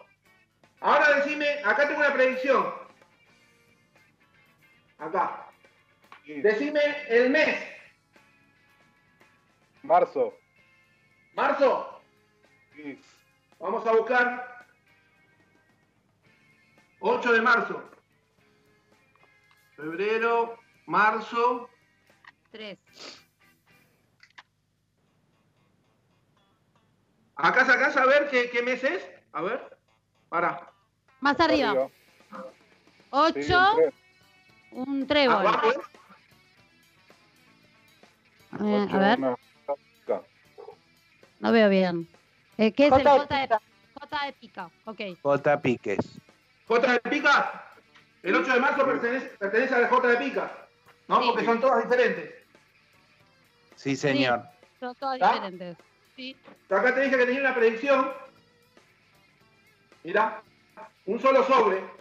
[SPEAKER 4] Ahora decime, acá tengo una predicción. Acá. Decime el mes.
[SPEAKER 5] Marzo.
[SPEAKER 4] Marzo.
[SPEAKER 5] Sí.
[SPEAKER 4] Vamos a buscar. 8 de marzo. Febrero, marzo.
[SPEAKER 1] tres.
[SPEAKER 4] Acá sacás a ver qué, qué mes es. A ver. Para.
[SPEAKER 1] Más arriba. eh,
[SPEAKER 5] Sí,
[SPEAKER 1] 8,
[SPEAKER 5] un tres.
[SPEAKER 1] un trébol.
[SPEAKER 4] Abajo, ¿eh?
[SPEAKER 1] Eh,
[SPEAKER 5] Ocho,
[SPEAKER 1] a ver,
[SPEAKER 5] una-
[SPEAKER 1] no veo bien. Eh, ¿Qué es el
[SPEAKER 3] Jota de
[SPEAKER 1] J de,
[SPEAKER 3] Pisa.
[SPEAKER 1] J J de pica, ok.
[SPEAKER 2] J. Piques.
[SPEAKER 4] J de Pica, el 8 de marzo pertenece, pertenece a la J de Pica, ¿no?
[SPEAKER 1] Sí.
[SPEAKER 4] Porque son todas diferentes.
[SPEAKER 2] Sí, señor.
[SPEAKER 1] Son todas
[SPEAKER 4] ¿Ah?
[SPEAKER 1] diferentes. Sí.
[SPEAKER 4] Yo acá te dije que tenía una predicción. Mirá, un solo sobre.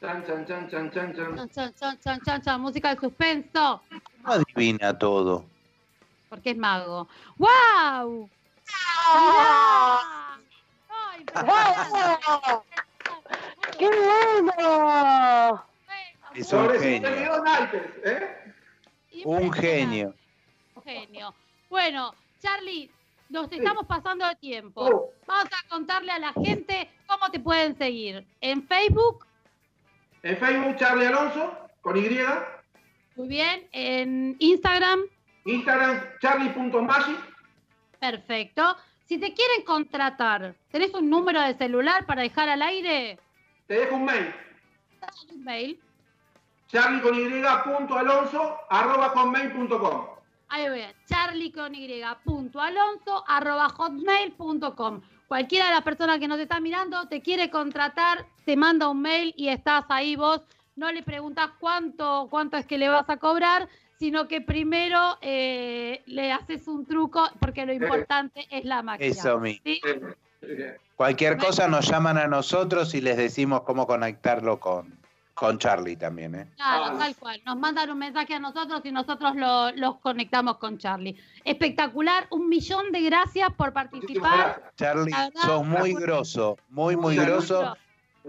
[SPEAKER 4] Chan, chan, chan, chan, chan, chan.
[SPEAKER 1] Chan, chan, chan, chan, chan, chan, música de suspenso,
[SPEAKER 2] No adivina todo.
[SPEAKER 1] porque es mago. ¡Wow! Ah. ¡Ay,
[SPEAKER 3] ¡Wow! ¡Qué bueno!
[SPEAKER 2] Es un
[SPEAKER 4] Sobre
[SPEAKER 2] genio.
[SPEAKER 4] 52 naipes, ¿eh?
[SPEAKER 2] Un genio.
[SPEAKER 1] Un genio. Bueno, Charlie, nos estamos pasando de tiempo.
[SPEAKER 4] Oh,
[SPEAKER 1] Vamos a contarle a la gente cómo te pueden seguir. En Facebook,
[SPEAKER 4] en Facebook, Charlie Alonso, con Y.
[SPEAKER 1] muy bien. En Instagram,
[SPEAKER 4] Instagram, charlie.magic.
[SPEAKER 1] perfecto. Si te quieren contratar, ¿tenés un número de celular para dejar al aire?
[SPEAKER 4] Te dejo un mail.
[SPEAKER 1] Dale un mail.
[SPEAKER 4] Charlie con Y. punto Alonso, arroba conmail punto com.
[SPEAKER 1] Ahí voy, charlie con y punto alonso arroba hotmail punto com. Cualquiera de las personas que nos está mirando te quiere contratar, te manda un mail y estás ahí vos. No le preguntas cuánto, cuánto es que le vas a cobrar, sino que primero eh, le haces un truco porque lo importante es la magia.
[SPEAKER 2] Eh, Eso mismo.
[SPEAKER 1] ¿sí?
[SPEAKER 2] Cualquier cosa nos llaman a nosotros y les decimos cómo conectarlo con, con Charlie también, ¿eh?
[SPEAKER 1] Claro,
[SPEAKER 4] Ah.
[SPEAKER 1] tal cual. Nos mandan un mensaje a nosotros y nosotros lo- los conectamos con Charlie. Espectacular, un millón de gracias por
[SPEAKER 4] Muchísimas
[SPEAKER 1] participar.
[SPEAKER 4] gracias.
[SPEAKER 2] Charlie,
[SPEAKER 1] La verdad,
[SPEAKER 2] sos muy
[SPEAKER 1] muy-
[SPEAKER 2] grosso, muy, muy
[SPEAKER 4] Muy
[SPEAKER 2] grosso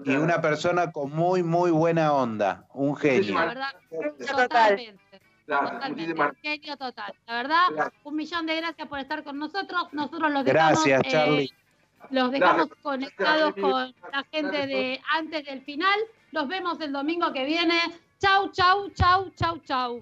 [SPEAKER 2] y una persona con muy, muy buena onda. Un
[SPEAKER 1] La
[SPEAKER 2] genio.
[SPEAKER 4] Muchísimas
[SPEAKER 1] verdad,
[SPEAKER 4] Gracias,
[SPEAKER 1] totalmente.
[SPEAKER 4] gracias,
[SPEAKER 1] Totalmente,
[SPEAKER 4] muchísimas
[SPEAKER 1] genio total. La verdad,
[SPEAKER 4] Gracias.
[SPEAKER 1] un millón de gracias por estar con nosotros. Nosotros los dejamos,
[SPEAKER 2] Gracias,
[SPEAKER 1] eh,
[SPEAKER 2] Charlie.
[SPEAKER 1] los dejamos
[SPEAKER 4] Gracias.
[SPEAKER 1] conectados
[SPEAKER 4] Gracias,
[SPEAKER 1] con la gente
[SPEAKER 4] Gracias
[SPEAKER 1] de antes del final. Nos vemos el domingo que viene. Chau, chau, chau, chau, chau.